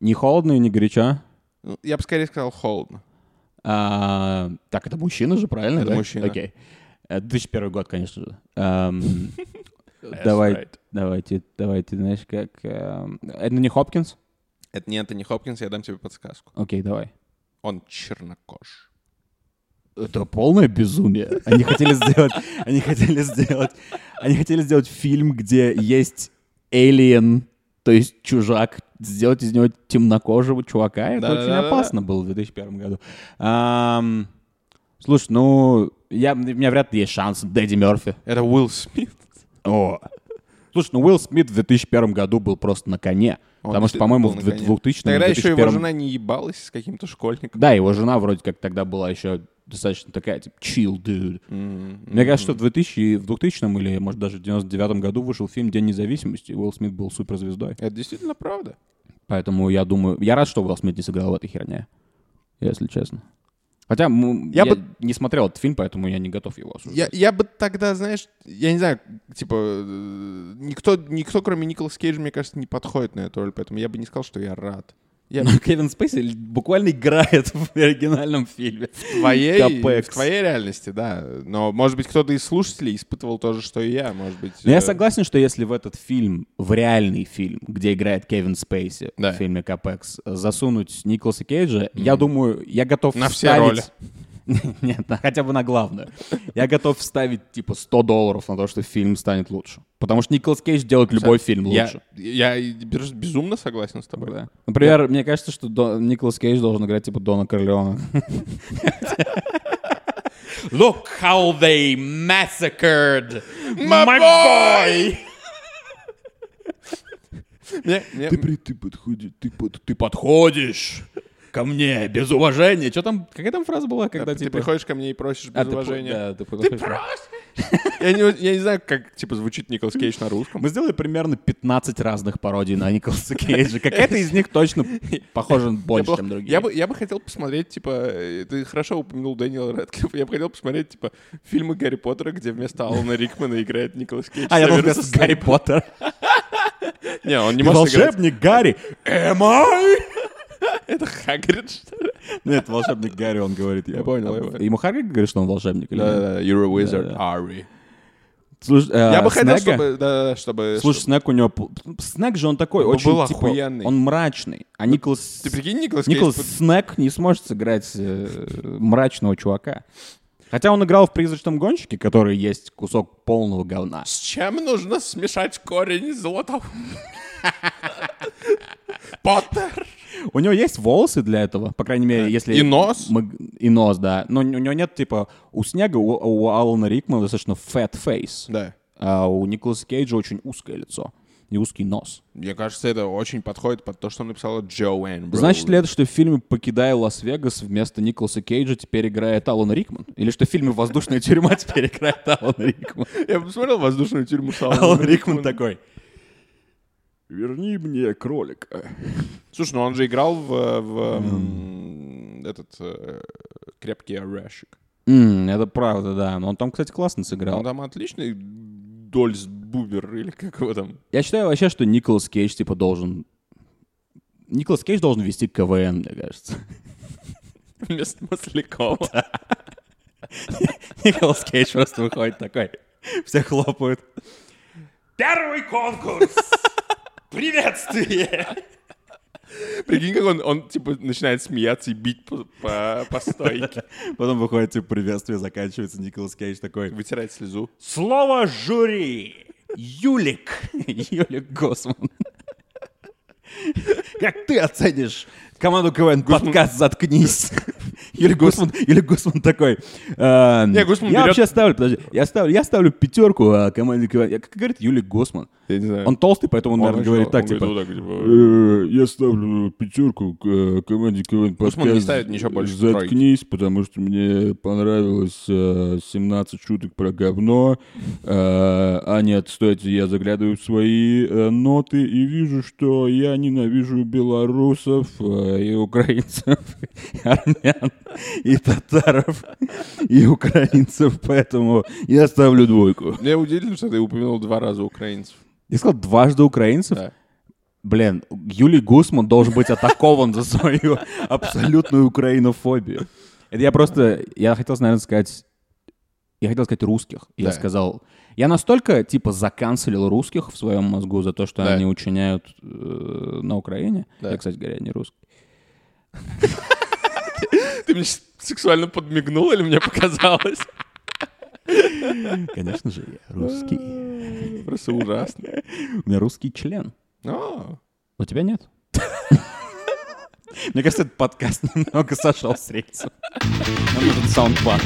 S2: Не холодно и не горячо.
S1: Ну, Я бы скорее сказал холодно.
S2: А, так, это мужчина же, правильно?
S1: Это
S2: да?
S1: мужчина.
S2: Окей. Э, 2001 год, конечно же. Эм, Давай,
S1: right.
S2: давайте, давайте, знаешь, как... эм, Это не Хопкинс?
S1: Это не Антони Хопкинс, я дам тебе подсказку.
S2: Окей, давай.
S1: Он чернокож.
S2: Это полное безумие. Они хотели сделать, они хотели сделать, они хотели сделать фильм, где есть alien, то есть чужак, сделать из него темнокожего чувака. Это
S1: Да-да-да-да-да.
S2: очень опасно было в 2001 году. Ам, слушай, ну, я, у меня вряд ли есть шанс. Дэдди Мерфи.
S1: Это Уилл Смит.
S2: О. Слушай, ну Уилл Смит в 2001 году был просто на коне.
S1: Он
S2: потому что,
S1: действительно
S2: по-моему,
S1: был
S2: в
S1: на коне.
S2: 2000
S1: Тогда еще его
S2: 2001
S1: жена не ебалась с каким-то школьником.
S2: Да, его жена вроде как тогда была еще достаточно такая, типа, chill, dude. Мне кажется, что в 2000, в 2000 или, может, даже в 99 году вышел фильм «День независимости», и Уилл Смит был суперзвездой.
S1: Это действительно правда.
S2: Поэтому я думаю... Я рад, что Уилл Смит не сыграл в этой херне, если честно. Хотя м,
S1: Я
S2: я,
S1: бы-
S2: не смотрел этот фильм, поэтому я не готов его
S1: Я,
S2: осуждать.
S1: я бы тогда, знаешь, я не знаю, типа, э, никто, никто кроме Николаса Кейджа, мне кажется, не подходит на эту роль, поэтому я бы не сказал, что я рад. Я
S2: Но Кевин Спейси буквально играет в оригинальном фильме.
S1: твоей,
S2: Капекс.
S1: в твоей реальности, да. Но, может быть, кто-то из слушателей испытывал то же, что и я, может быть.
S2: Но
S1: э,
S2: Ну, я согласен, что если в этот фильм, в реальный фильм, где играет Кевин Спейси
S1: Да.
S2: в фильме Капекс, засунуть Николаса Кейджа, я думаю, я готов
S1: На все
S2: вставить... Нет, на- хотя бы на главную. Я готов вставить, типа, 100 долларов на то, что фильм станет лучше. Потому что Николас Кейдж делает любой фильм лучше. Ну
S1: Я, я бер- безумно согласен с тобой.
S2: Да. Например, мне кажется, что До- Николас Кейдж должен играть, типа, Дона Корлеона.
S3: Look how they massacred
S1: My boy! Мне- мне-
S2: ты подходишь, ты, подходишь ко мне без уважения. Что там, какая там фраза была,
S1: да,
S2: когда,
S1: А, Ты
S2: типа...
S1: приходишь ко мне и просишь без
S2: А, ты по-
S1: уважения.
S2: да, ты подходишь.
S1: Я не, я не знаю, как типа звучит Николас Кейдж на русском.
S2: Мы сделали примерно 15 разных пародий на Николаса Кейджа. Какая-то из них точно похожа
S1: Я,
S2: больше,
S1: плохо-
S2: чем другие.
S1: я бы, я бы хотел посмотреть, типа, э, ты хорошо упомянул Дэниела Рэдклиффа, я бы хотел посмотреть, типа, фильмы Гарри Поттера, где вместо Алана Рикмана играет Николас Кейдж.
S2: А я думал,
S1: Северус
S2: вместо Гарри Поттер.
S1: Снэйп. Не, он не
S2: Ты
S1: может играть.
S2: волшебник Гарри. Am I?
S1: Это Хагрид, что ли?
S2: Нет, волшебник Гарри, он говорит. Я
S1: понял его.
S2: Ему Харгрид говорит, что он волшебник? или нет?
S1: you're a
S2: wizard,
S1: Harry.
S2: Слушай, э,
S1: Я бы хотел,
S2: Снега-
S1: чтобы... да, чтобы...
S2: Слушай, Снег у него... пл- Снег же он такой,
S1: Он
S2: очень,
S1: был
S2: типа,
S1: охуенный. Ну,
S2: Он мрачный. А Николас...
S1: Ты прикинь, Николас Кейдж...
S2: Николас Снэк не сможет сыграть э, мрачного чувака. Хотя он играл в «Призрачном гонщике», который есть кусок полного говна.
S1: С чем нужно смешать корень золотого? Поттер!
S2: У него есть волосы для этого, по крайней мере, если...
S1: Э, И нос?
S2: мы г- и нос, да. Но у него нет, типа, у Снега, у, у Алана Рикмана достаточно fat face.
S1: Да.
S2: А у Николаса Кейджа очень узкое лицо и узкий нос.
S1: Мне кажется, это очень подходит под то, что написала Джоэн. Роули.
S2: Значит ли это, что в фильме «Покидая Лас-Вегас» вместо Николаса Кейджа теперь играет Алан Рикман? Или что в фильме «Воздушная тюрьма» теперь играет Алан Рикман?
S1: Я посмотрел «Воздушную тюрьму» с Аланом
S2: Алан
S1: Рикманом.
S2: Рикман такой. Верни мне кролика.
S1: Слушай, ну он же играл в, в, м, этот э, крепкий орешек.
S2: это правда, да. Но он там, кстати, классно сыграл.
S1: Он там отличный Дольс Бубер или как его там.
S2: Я считаю вообще, что Николас Кейдж, типа, должен
S3: Николас Кейдж должен вести КВН, мне кажется.
S1: Вместо Маслякова.
S3: Николас Кейдж просто выходит такой. Все хлопают.
S4: Первый конкурс! Приветствие!
S1: Прикинь, как он, он, типа, начинает смеяться и бить по, по, по стойке.
S3: Потом выходит, типа, приветствие заканчивается. Николас Кейдж такой.
S1: Вытирать слезу.
S4: Слово жюри! Юлик!
S3: Юлик Госман. Как ты оценишь команду КВН подкаст «Заткнись»? Юлик Гусман, Юлик Гусман такой. э,
S1: Не, Гусман
S3: я
S1: берет-
S3: вообще ставлю, подожди, я ставлю, я ставлю пятерку а, команде КВН. Я- Как говорит Юлик Гусман?
S1: Я не знаю.
S3: Он толстый, поэтому он, наверное,
S1: вообще-
S3: говорит так,
S1: он
S3: типа,
S1: говорит, ну, так, типа,
S2: Э, Я ставлю пятерку к, э, команде КВН
S1: Гусман Ну, не
S2: подкаст.
S1: ставит ничего больше тройки.
S2: Заткнись, потому что мне понравилось э, 17 шуток про говно. Э, А нет, стойте, я заглядываю в свои э, ноты и вижу, что я ненавижу белорусов э, и украинцев, и армян, и татаров, и украинцев, поэтому я ставлю двойку.
S1: Мне удивительно, что ты упомянул два раза украинцев.
S3: Я сказал дважды украинцев.
S1: Да.
S3: Блин, Юлий Гусман должен быть атакован за свою абсолютную украинофобию. Это я просто, я хотел, наверное, сказать, я хотел сказать русских. Я
S1: Да.
S3: сказал, я настолько, типа, заканцелил русских в своем мозгу за то, что
S1: Да.
S3: они учиняют э, на Украине. Я, кстати говоря, не русский.
S1: Ты мне щас сексуально подмигнул или мне показалось?
S3: Конечно же, я русский.
S1: Просто ужасно.
S3: У меня русский член.
S1: А,
S3: У тебя нет? Мне кажется, этот подкаст немного сошел с рельсов. Нам нужен саундпад.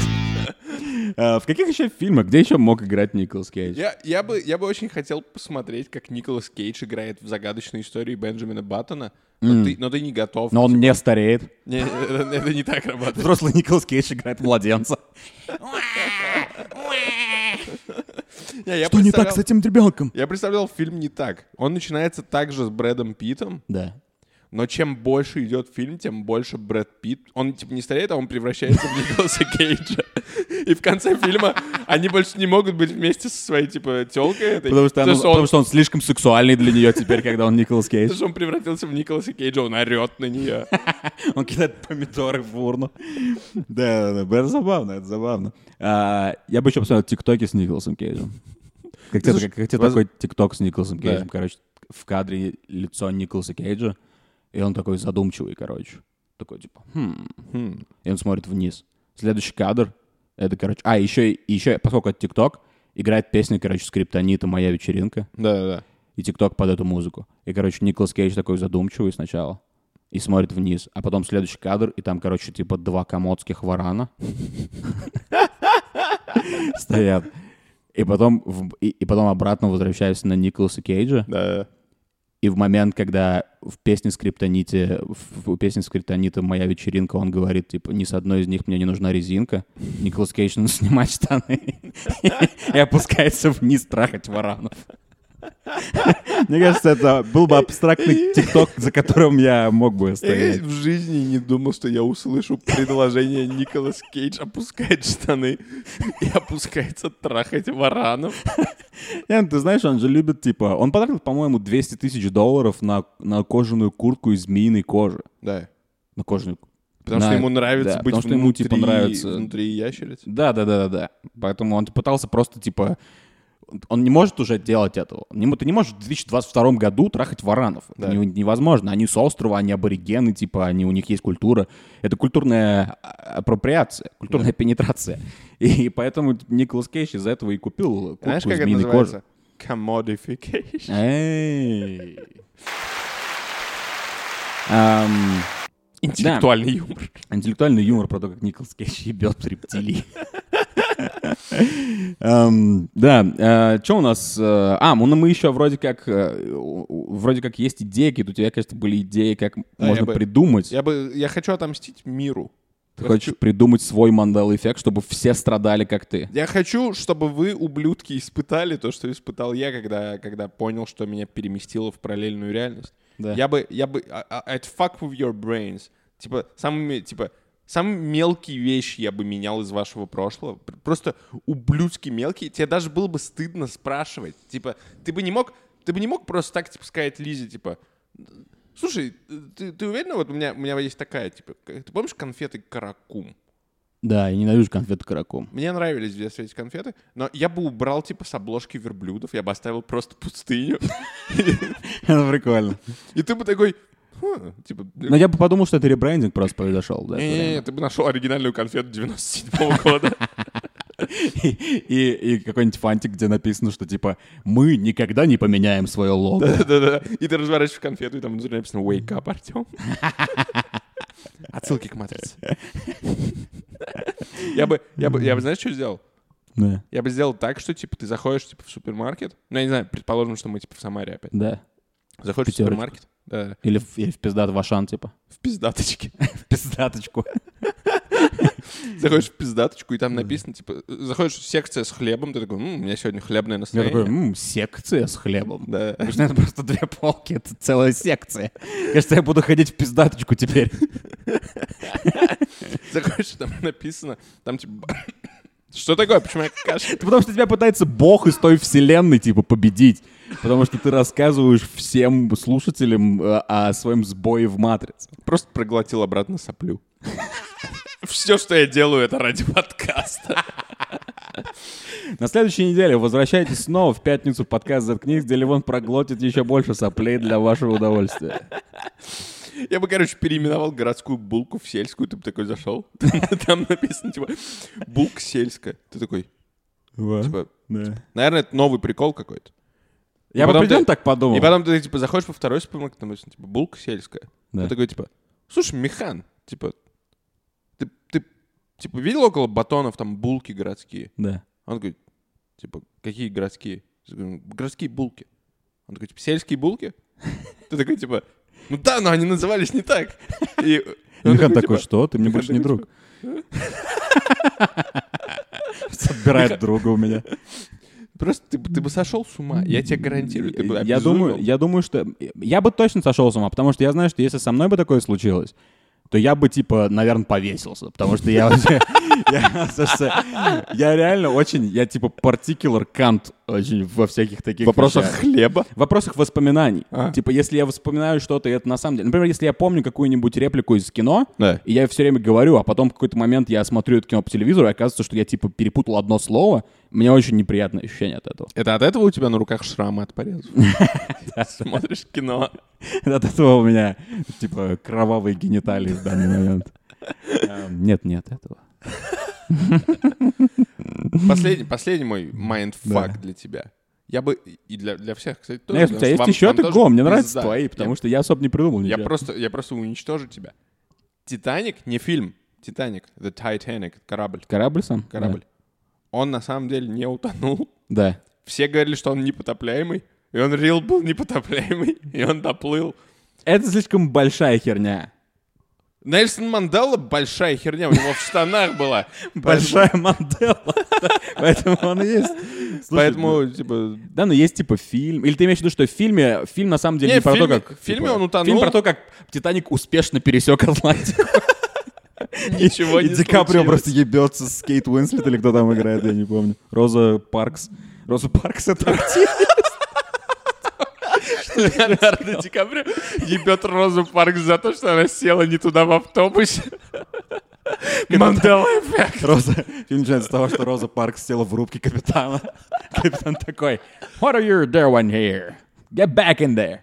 S3: Э, В каких еще фильмах, где еще мог играть Николас Кейдж?
S1: Я, я, бы, я бы очень хотел посмотреть, как Николас Кейдж играет в загадочной истории Бенджамина Баттона, но, ты, но ты не готов.
S3: Но он не стареет.
S1: Не, это, это не так работает.
S3: Взрослый Николас Кейдж играет младенца.
S1: Не, я
S3: Что не так
S1: представлял-
S3: с этим ребенком?
S1: Я представлял фильм не так. Он начинается также с Брэдом Питтом,
S3: Да.
S1: но чем больше идет фильм, тем больше Брэд Питт. Он типа не стареет, а он превращается в Николаса Кейджа. И в конце фильма они больше не могут быть вместе со своей типа телкой. этой.
S3: Потому что, оно-
S1: он,
S3: потому что он слишком сексуальный для нее теперь, когда он Николас Кейдж.
S1: потому что он превратился в Николаса Кейджа, он орет на нее.
S3: Он кидает помидоры в урну. Да, да, да, это забавно, это забавно. А, Я бы еще посмотрел тиктоки с Николасом Кейджем. Как тебе как- как тебе такой тикток с Николасом Кейджем? Короче, в кадре лицо Николаса Кейджа, и он такой задумчивый, короче. Такой, типа, «Хм». И он смотрит вниз. Следующий кадр, это, короче... А, еще, и- еще поскольку это тикток, играет песня, короче, скриптонита «Моя вечеринка»
S1: Да-да-да.
S3: и ТикТок под эту музыку. И, короче, Николас Кейдж такой задумчивый сначала и смотрит вниз, а потом следующий кадр, и там, короче, типа два комодских варана стоят. И потом, в- и, и потом обратно возвращаешься на Николаса Кейджа.
S1: Да-да-да.
S3: И в момент, когда в песне Скриптоните, в, в песне Скриптонита «Моя вечеринка», он говорит, типа, ни с одной из них мне не нужна резинка. Николас Кейдж ну, снимает штаны и опускается вниз трахать варанов. Мне кажется, это был бы абстрактный тикток, за которым я мог бы
S1: Я
S3: стоять.
S1: в жизни не думал, что я услышу предложение Николас Кейдж опускает штаны и опускается трахать варанов.
S3: Нет, ну ты знаешь, он же любит, типа... Он потратил, по-моему, 200 тысяч долларов на, на кожаную куртку из змеиной кожи.
S1: Да.
S3: На кожаную...
S1: Потому что
S3: на-
S1: ему нравится
S3: да,
S1: быть
S3: потому что ему, типа,
S1: внутри-
S3: нравится-
S1: внутри ящериц.
S3: Да, да, да, да, да. Поэтому он пытался просто, типа, он не может уже делать этого. Не м- Ты не можешь в 2022 году трахать варанов.
S1: Да.
S3: Это не- невозможно. Они с острова, они аборигены, типа, они, у них есть культура. Это культурная а- апроприация, культурная пенетрация. И поэтому Николас Кейдж из-за этого и купил куртку
S1: Знаешь, как
S3: из
S1: это
S3: змеиной
S1: называется?
S3: кожи.
S1: Commodification.
S3: Эй. Ам,
S1: Интеллектуальный юмор.
S3: Интеллектуальный юмор про то, как Николас Кейдж ебет рептилий. Эм, Да, что у нас? э, А, ну мы еще вроде как, э, у- у- вроде как есть идеи какие-то. У тебя, конечно, были идеи, как
S1: я
S3: можно
S1: бы-
S3: придумать.
S1: Я бы, я хочу отомстить миру.
S3: Ты хочешь придумать свой мандал-эффект, чтобы все страдали, как ты.
S1: Я хочу, чтобы вы, ублюдки, испытали то, что испытал я, когда, когда понял, что меня переместило в параллельную реальность.
S3: Да.
S1: Я бы, я бы, I- I- I'd fuck with your brains. Типа, самыми, типа, самые мелкие вещи я бы менял из вашего прошлого. Пр- Просто ублюдски мелкие. Тебе даже было бы стыдно спрашивать. Типа, ты бы не мог, ты бы не мог просто так, типа, сказать Лизе, типа, Слушай, ты, ты уверена? Вот у меня, у меня есть такая, типа, к- ты помнишь конфеты «Каракум»?
S3: Да, я ненавижу конфеты каракум.
S1: Мне нравились в детстве эти конфеты, но я бы убрал, типа, с обложки верблюдов, я бы оставил просто пустыню.
S3: Это прикольно.
S1: И ты бы такой, «Хм, типа...
S3: Но я бы подумал, что это ребрендинг просто произошел. да, это время.
S1: «Не-не-не, ты бы нашел оригинальную конфету 97 года.
S3: И, и какой-нибудь фантик, где написано, что типа мы никогда не поменяем свое лого.
S1: Да-да-да. И ты разворачиваешь конфету, и там внутри написано «Wake up, Артем». Отсылки к «Матрице». Я бы, я бы, я бы, знаешь, что сделал?
S3: Да.
S1: Я бы сделал так, что, типа, ты заходишь, типа, в супермаркет. Ну, я не знаю, предположим, что мы, типа, в Самаре опять.
S3: Да.
S1: Заходишь в
S3: Пятерочку.
S1: супермаркет, да,
S3: Или в, или в пиздат в Ашан, типа.
S1: в пиздаточке.
S3: В пиздаточку.
S1: Заходишь в пиздаточку, и там написано, типа, заходишь в секция с хлебом, ты такой, «М, у меня сегодня хлебное
S3: Я
S1: настроение.
S3: такой, «М, секция с хлебом.
S1: Да.
S3: Конечно, это просто две полки, это целая секция. Кажется, я буду ходить в пиздаточку теперь.
S1: Заходишь, там написано, там, типа, что такое, почему я кашляю?
S3: Это потому что тебя пытается бог из той вселенной, типа, победить. Потому что ты рассказываешь всем слушателям э, о своем сбое в «Матрице».
S1: Просто проглотил обратно соплю. Все, что я делаю, это ради подкаста.
S3: На следующей неделе возвращайтесь снова в пятницу в подкаст «Заткнись», где Левон проглотит еще больше соплей для вашего удовольствия.
S1: Я бы, короче, переименовал городскую булку в сельскую, ты бы такой зашел. Там написано, типа, булка сельская. Ты такой, типа, наверное, это новый прикол какой-то.
S3: Я бы
S1: потом
S3: определенно
S1: ты-
S3: так подумал.
S1: И потом ты, типа, заходишь по второй супермаркет, там написано, типа, булка сельская.
S3: Да.
S1: Ты такой, типа, слушай, Михан, типа, ты, ты, типа, видел около батонов там булки городские?
S3: Да.
S1: Он такой, типа, какие городские? Я говорю, «Ну, Городские булки. Он такой, типа, сельские булки? Ты такой, типа, ну да, но они назывались не так. И он
S3: Михан
S1: такой, типа,
S3: такой, что? Ты мне
S1: Михан
S3: больше не
S1: такой,
S3: друг. Собирает друга у меня.
S1: Просто ты, бы- ты бы сошел с ума, я тебе гарантирую. Ты бы
S3: Я
S1: обезумел.
S3: думаю, я думаю, что... Я бы точно сошел с ума, потому что я знаю, что если со мной бы такое случилось, то я бы, типа, наверное, повесился, потому что я... вообще- Я слушайте, я реально очень... Я, типа, particular кант очень во всяких таких
S1: В вопросах
S3: вещах.
S1: хлеба.
S3: В вопросах воспоминаний.
S1: А.
S3: Типа, если я вспоминаю что-то, и это на самом деле... Например, если я помню какую-нибудь реплику из кино,
S1: Да.
S3: и я все время говорю, а потом в какой-то момент я смотрю это кино по телевизору, и оказывается, что я, типа, перепутал одно слово, мне очень неприятное ощущение от этого.
S1: Это от этого у тебя на руках шрамы от порезов? Смотришь кино.
S3: От этого у меня, типа, кровавые гениталии в данный момент. Эм, Нет, нет этого.
S1: Последний, последний мой майндфак
S3: Да.
S1: для тебя. Я бы, и для, для всех, кстати, тоже.
S3: Нет, у
S1: потому
S3: тебя
S1: что
S3: есть
S1: Ну, вам-
S3: еще
S1: вам
S3: ты
S1: тоже
S3: го, мне нравятся
S1: пизда.
S3: твои, потому
S1: Я-
S3: что я особо не придумал
S1: Я
S3: ничего.
S1: просто, я просто уничтожу тебя. «Титаник» не фильм. «Титаник», «The Titanic», корабль.
S3: Корабль сам?
S1: Корабль. Он на самом деле не утонул.
S3: Да.
S1: Все говорили, что он непотопляемый. И он рил был непотопляемый, и он доплыл.
S3: Да. Это слишком большая херня.
S1: Нельсон Мандела большая херня, у него в штанах была.
S3: Большая мандела. Поэтому он и есть. Слушай,
S1: Поэтому, поэтому, типа,
S3: Да, но есть типа фильм. Или ты имеешь в виду, что в фильме фильм на самом деле
S1: Не,
S3: не,
S1: в
S3: про
S1: фильме-
S3: то, как.
S1: в фильме
S3: типа,
S1: он утонул.
S3: Фильм про то, как Титаник успешно пересек Атлантику.
S1: Ничего
S3: И
S1: не
S3: Ди Каприо
S1: случилось.
S3: просто ебется с Кейт Уинслет или кто там играет, я не помню. Роза Паркс. Роза Паркс это
S1: Леонардо Ди Каприо ебет Розу Парк за то, что она села не туда в автобусе. Мандела эффект.
S3: Роза. Фильм начинается с того, что Роза Паркс села в рубке капитана. Капитан такой, What are you doing here? Get back in there.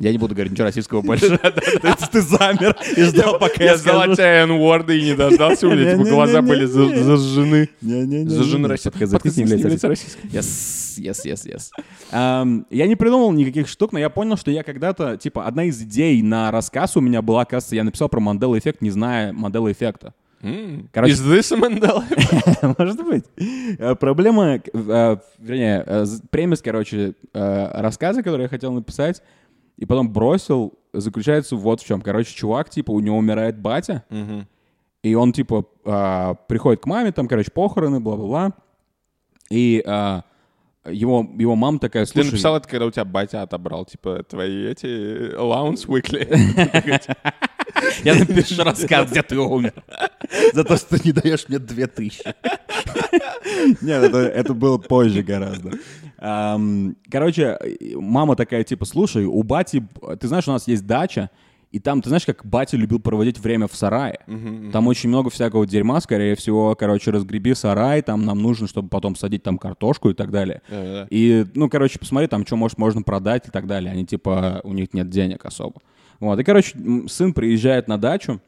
S3: Я не буду говорить ничего российского больше. Ты ты замер и ждал, пока я
S1: Я сдал
S3: скажу.
S1: тебя N-word и не дождался, у меня типа глаза были за- зажжены.
S3: Не-не-не.
S1: Зажжены Россией. Подкаст не является российским.
S3: Yes, yes, yes, yes. Ам, я не придумал никаких штук, но я понял, что я когда-то, типа, одна из идей на рассказ у меня была, кажется, я написал про Мандела эффект, не зная Мандела эффекта. Короче,
S1: Is this a Mandela effect?
S3: может быть. Э, Проблема, к- э, вернее, э, з- премис, короче, э, рассказа, который я хотел написать, и потом бросил, заключается вот в чем. Короче, чувак, типа, у него умирает батя, и он, типа, а, приходит к маме, там, короче, похороны, бла-бла-бла. И а, его, его мама такая,
S1: Ты
S3: слушай...
S1: написал это, когда у тебя батя отобрал, типа, твои эти allowance weekly.
S3: Я напишу рассказ, где ты умер.
S2: За то, что ты не даешь мне две тысячи.
S3: Нет, это, это было позже гораздо. Ам, Короче, мама такая, типа, слушай, у бати... Ты знаешь, у нас есть дача, и там, ты знаешь, как батя любил проводить время в сарае? Там очень много всякого дерьма, скорее всего, короче, разгреби сарай, там нам нужно, чтобы потом садить там картошку и так далее.
S1: Да-да-да.
S3: И, ну, короче, посмотри, там, что, может, можно продать и так далее. Они, типа, у них нет денег особо. Вот, и, короче, м, сын приезжает на дачу,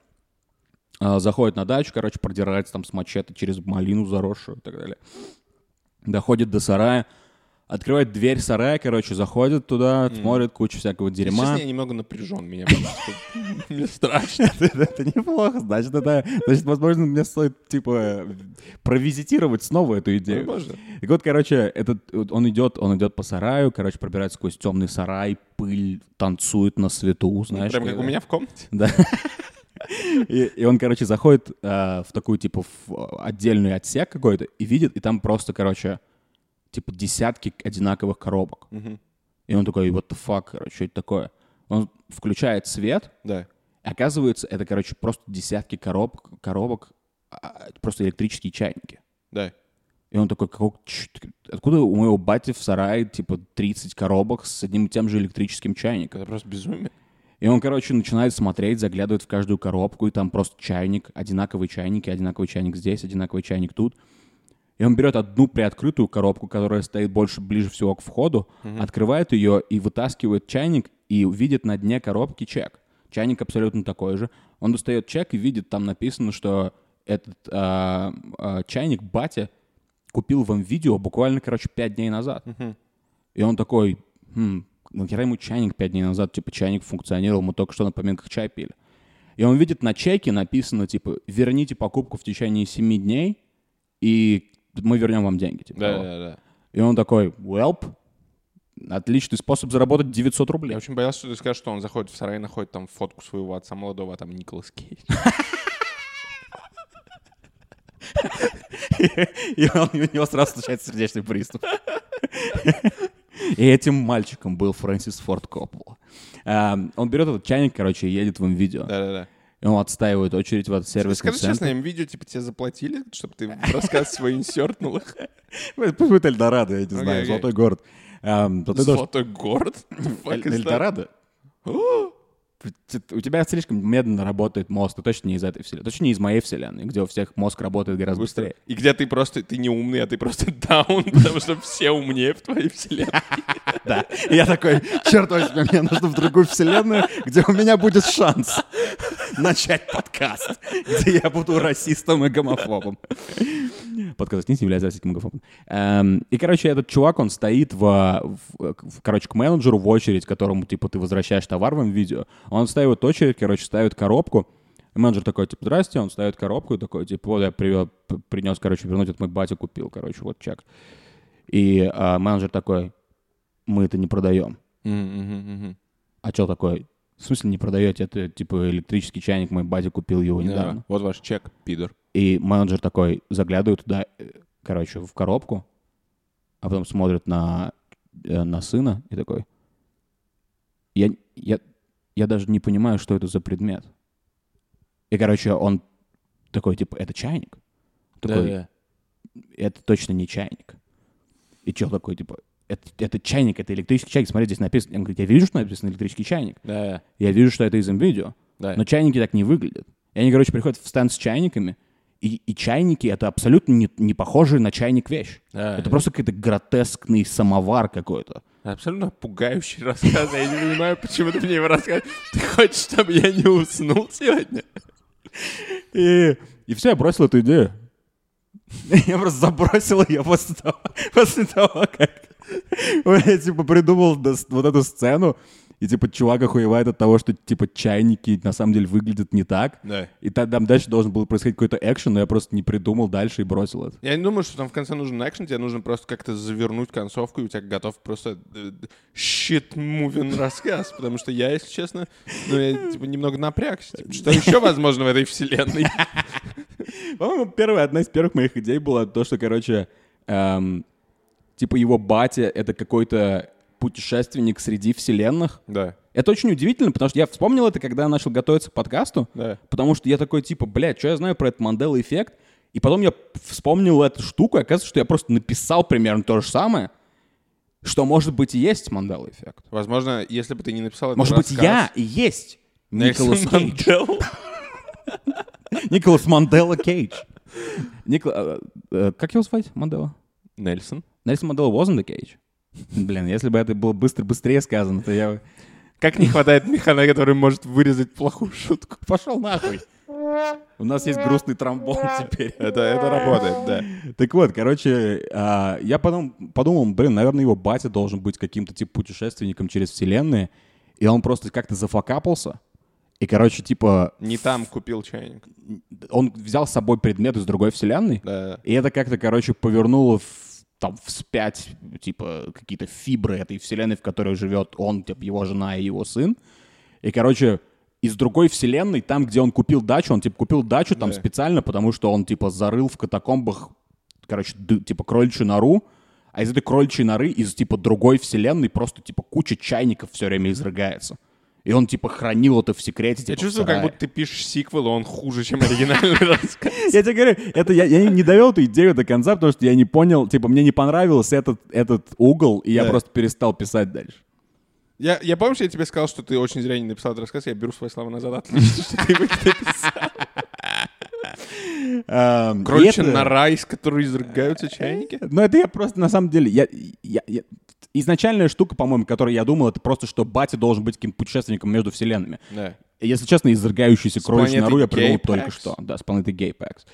S3: а, заходит на дачу, короче, продирается там с мачете через малину заросшую и так далее. Доходит до сарая, открывает дверь сарая, короче, заходит туда, смотрит кучу всякого дерьма.
S1: Честно, я немного напряжен, меня просто- мне страшно.
S3: Это неплохо, значит, это, значит, возможно, мне стоит, типа, провизитировать снова эту идею.
S1: Возможно.
S3: Так вот, короче, этот, вот он идет, он идет по сараю, короче, пробирается сквозь темный сарай, пыль, танцует на свету, знаешь.
S1: Ну, Прям как у
S3: когда-
S1: меня в комнате.
S3: Да. И, и он, короче, заходит э, в такую, типа, в отдельный отсек какой-то и видит, и там просто, короче, типа, десятки одинаковых коробок. И он такой, вот the fuck, короче, что это такое? Он включает свет,
S1: Да.
S3: Оказывается, это, короче, просто десятки коробок, коробок а, просто электрические чайники.
S1: Да.
S3: И он такой, «Какого- чё ты- откуда у моего бати в сарае, типа, 30 коробок с одним и тем же электрическим чайником?
S1: Это просто безумие.
S3: И он, короче, начинает смотреть, заглядывает в каждую коробку, и там просто чайник, одинаковые чайники, одинаковый чайник здесь, одинаковый чайник тут. И он берет одну приоткрытую коробку, которая стоит больше, ближе всего к входу, открывает ее и вытаскивает чайник, и видит на дне коробки чек. Чайник абсолютно такой же. Он достает чек и видит, там написано, что этот а, а, чайник батя купил вам видео буквально, короче, пять дней назад. И он такой, хм, нахера ему чайник пять дней назад, типа, чайник функционировал, мы только что на поминках чай пили. И он видит на чеке написано, типа, верните покупку в течение семи дней, и мы вернем вам деньги. Типа,
S1: Да,
S3: того.
S1: да, да.
S3: И он такой, welp, отличный способ заработать 900
S1: Я
S3: рублей.
S1: очень боялся, что ты скажешь, что он заходит в сарай, находит там фотку своего отца молодого, а там Николас Кейдж.
S3: И он- у него сразу случается сердечный приступ. И этим мальчиком был Фрэнсис Форд Коппола. А, Он берет этот чайник, короче, и едет в видео.
S1: Да-да-да.
S3: И он отстаивает очередь в этот сервисный
S1: Скажи
S3: центр.
S1: честно, им видео, типа, тебе заплатили, чтобы ты в рассказ свой инсертнул их?
S3: Пусть будет Эльдорадо, я не знаю,
S1: окей.
S3: золотой город. Ам, то ты должен-
S1: Золотой город? Fuck is that?
S3: Эльдорадо? У тебя слишком медленно работает мозг, ты точно не из этой вселенной, точно не из моей вселенной, где у всех мозг работает гораздо быстрее.
S1: Быстрее. И где ты просто, ты не умный, а ты просто даун, потому что все умнее в твоей вселенной.
S3: Да. И я такой, черт возьми, мне нужно в другую вселенную, где у меня будет шанс начать подкаст, где я буду расистом и гомофобом. Подкаст «Снизь» является российским гомофобом. Эм, и, короче, этот чувак, он стоит, в, в- в- короче, к менеджеру в очередь, которому, типа, ты возвращаешь товар в видео. Он ставит очередь, короче, ставит коробку. И менеджер такой, типа, здрасте, он ставит коробку и такой, типа, вот я привел, п- принес, короче, вернуть, это мой батя купил, короче, вот чек. И а, менеджер такой, мы это не продаем. А что такое? В смысле не продаете? Это типа электрический чайник, мой батя купил его недавно.
S1: Да. Вот ваш чек, пидор.
S3: И менеджер такой заглядывает туда, э, короче, в коробку, а потом смотрит на, э, на сына и такой, я, я, я даже не понимаю, что это за предмет. И, короче, он такой, типа, это чайник? Такой, это точно не чайник. И чел такой, типа, это, это чайник, это электрический чайник, смотри, здесь написано. Он говорит, я вижу, что написано электрический чайник.
S1: Да. Ну,
S3: Я вижу, что это из видео.
S1: Да.
S3: Но чайники так не выглядят. И они, короче, приходят в стенд с чайниками, и, и чайники — это абсолютно не, не похожие на чайник вещь.
S1: Да,
S3: это
S1: да.
S3: просто какой-то гротескный самовар какой-то.
S1: Абсолютно пугающий рассказ. Я не понимаю, почему ты мне его рассказываешь. Ты хочешь, чтобы я не уснул сегодня?
S3: И,
S2: И все, я бросил эту идею.
S3: я просто забросил ее после того, после того как я, типа, придумал дос- вот эту сцену, и, типа, чувак охуевает от того, что, типа, чайники на самом деле выглядят не так.
S1: Да.
S3: И та- там дальше должен был происходить какой-то экшен, но я просто не придумал дальше и бросил это.
S1: Я не думаю, что там в конце нужен экшен, тебе нужно просто как-то завернуть концовку, и у тебя готов просто э, щит-мувин рассказ, потому что я, если честно, ну, я, типа, немного напрягся. Типа, что еще возможно в этой вселенной?
S3: По-моему, первая, одна из первых моих идей была то, что, короче, эм, типа его батя — это какой-то путешественник среди вселенных.
S1: Да.
S3: Это очень удивительно, потому что я вспомнил это, когда начал готовиться к подкасту,
S1: Да.
S3: потому что я такой, типа, блядь, что я знаю про этот Мандела эффект? И потом я вспомнил эту штуку, и оказывается, что я просто написал примерно то же самое, Что, может быть, и есть мандала-эффект.
S1: Возможно, если бы ты не написал этот
S3: Может быть,
S1: рассказ,
S3: я и есть
S1: Нельсон
S3: Николас Кейдж.
S1: Мандела.
S3: Николас Мандела Кейдж. Никола- э, э, Как его звать? Мандела?
S1: Нельсон.
S3: Нельсон Мандела wasn't the Cage. Блин, если бы это было быстро, быстрее сказано, то я бы...
S1: Как не хватает механа, который может вырезать плохую шутку.
S3: Пошел нахуй. У нас есть грустный тромбон теперь.
S1: Это, это работает, да.
S3: Так вот, короче, а, я потом подумал, блин, наверное, его батя должен быть каким-то типа путешественником через вселенные, и он просто как-то зафакапался, и, короче, типа,
S1: Не там купил чайник.
S3: он взял с собой предмет из другой вселенной,
S1: Да.
S3: и это как-то, короче, повернуло в- там вспять, типа, какие-то фибры этой вселенной, в которой живет он, типа, его жена и его сын. И, короче, из другой вселенной, там, где он купил дачу, он, типа, купил дачу там специально, потому что он, типа, зарыл в катакомбах, короче, ды- типа, кроличью нору, а из этой кроличьей норы, из, типа, другой вселенной просто, типа, куча чайников все время изрыгается. И он, типа, хранил это в секрете,
S1: Я
S3: типа, в
S1: чувствую, как
S3: сарае.
S1: будто ты пишешь сиквел, и он хуже, чем оригинальный рассказ.
S3: Я тебе говорю, это я, я не довел эту идею до конца, потому что я не понял, типа, мне не понравился этот, этот угол, и я
S1: Да.
S3: просто перестал писать дальше.
S1: Я, я помню, что я тебе сказал, что ты очень зря не написал этот рассказ, я беру свои слова назад. Отлично, что ты его не написал.
S3: Эм, и
S1: Короче,
S3: это-
S1: нора, из которой изрыгаются чайники.
S3: Но это я просто, на самом деле, я, я- я- изначальная штука, по-моему, которую я думал, это просто, что батя должен быть каким-то путешественником между вселенными.
S1: Да.
S3: Если честно, изрыгающуюся кроличью
S1: планеты
S3: нору я придумал
S1: Gaypax.
S3: только что. Да, с планеты Гейпекс.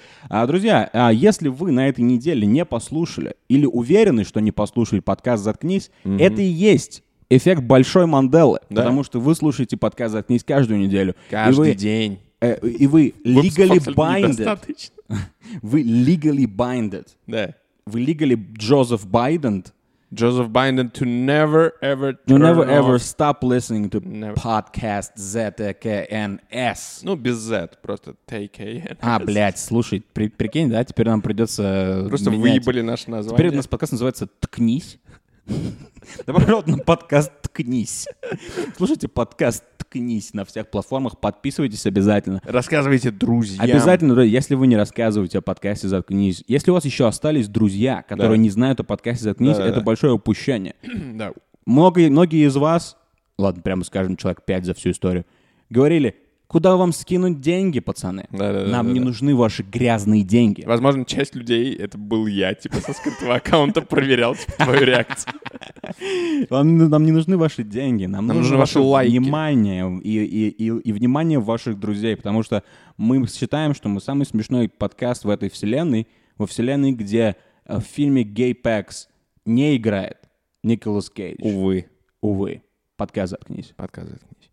S3: друзья, а, если вы на этой неделе не послушали или уверены, что не послушали подкаст «Заткнись», это и есть эффект большой Манделы.
S1: Да.
S3: Потому что вы слушаете подкаст «Заткнись» каждую неделю. и вы,
S1: день.
S3: э, и вы legally
S1: Выпусков
S3: binded.
S1: недостаточно.
S3: Вы legally binded.
S1: Да.
S3: Вы legally Джозеф Байден.
S1: Джозеф Байден to never ever
S3: You
S1: turn
S3: never ever
S1: off.
S3: stop listening to
S1: Never.
S3: podcast E ZKNS.
S1: Ну, без Z, просто TKN.
S3: А, блядь, слушай, при- прикинь, да, теперь нам придется... э,
S1: Просто
S3: менять.
S1: выебали наше
S3: Теперь
S1: название.
S3: у нас подкаст называется «Ткнись». Добро пожаловать на подкаст «Ткнись». Слушайте подкаст «Ткнись» на всех платформах, подписывайтесь обязательно.
S1: Рассказывайте друзьям.
S3: Обязательно, друзья, если вы не рассказываете о подкасте «Заткнись», если у вас еще остались друзья, которые
S1: Да.
S3: не знают о подкасте «Заткнись»,
S1: Да-да-да.
S3: это большое упущение.
S1: Да.
S3: Многие, многие из вас, ладно, прямо скажем, человек 5 за всю историю, говорили, куда вам скинуть деньги, пацаны?
S1: Да-да-да-да-да.
S3: Нам не нужны ваши грязные деньги.
S1: Возможно, часть людей, это был я, типа, со скрытого аккаунта проверял типа, твою реакцию.
S3: Вам- нам не нужны ваши деньги, нам,
S1: Нам
S3: нужно
S1: нужны ваши
S3: ваше
S1: лайки.
S3: внимание и, и, и, и внимание ваших друзей, потому что мы считаем, что мы самый смешной подкаст в этой вселенной, во вселенной, где э, в фильме «Гей Пэкс» не играет Николас Кейдж.
S1: Увы.
S3: Увы. Подкаст «Заткнись».
S1: Подкаст заткнись.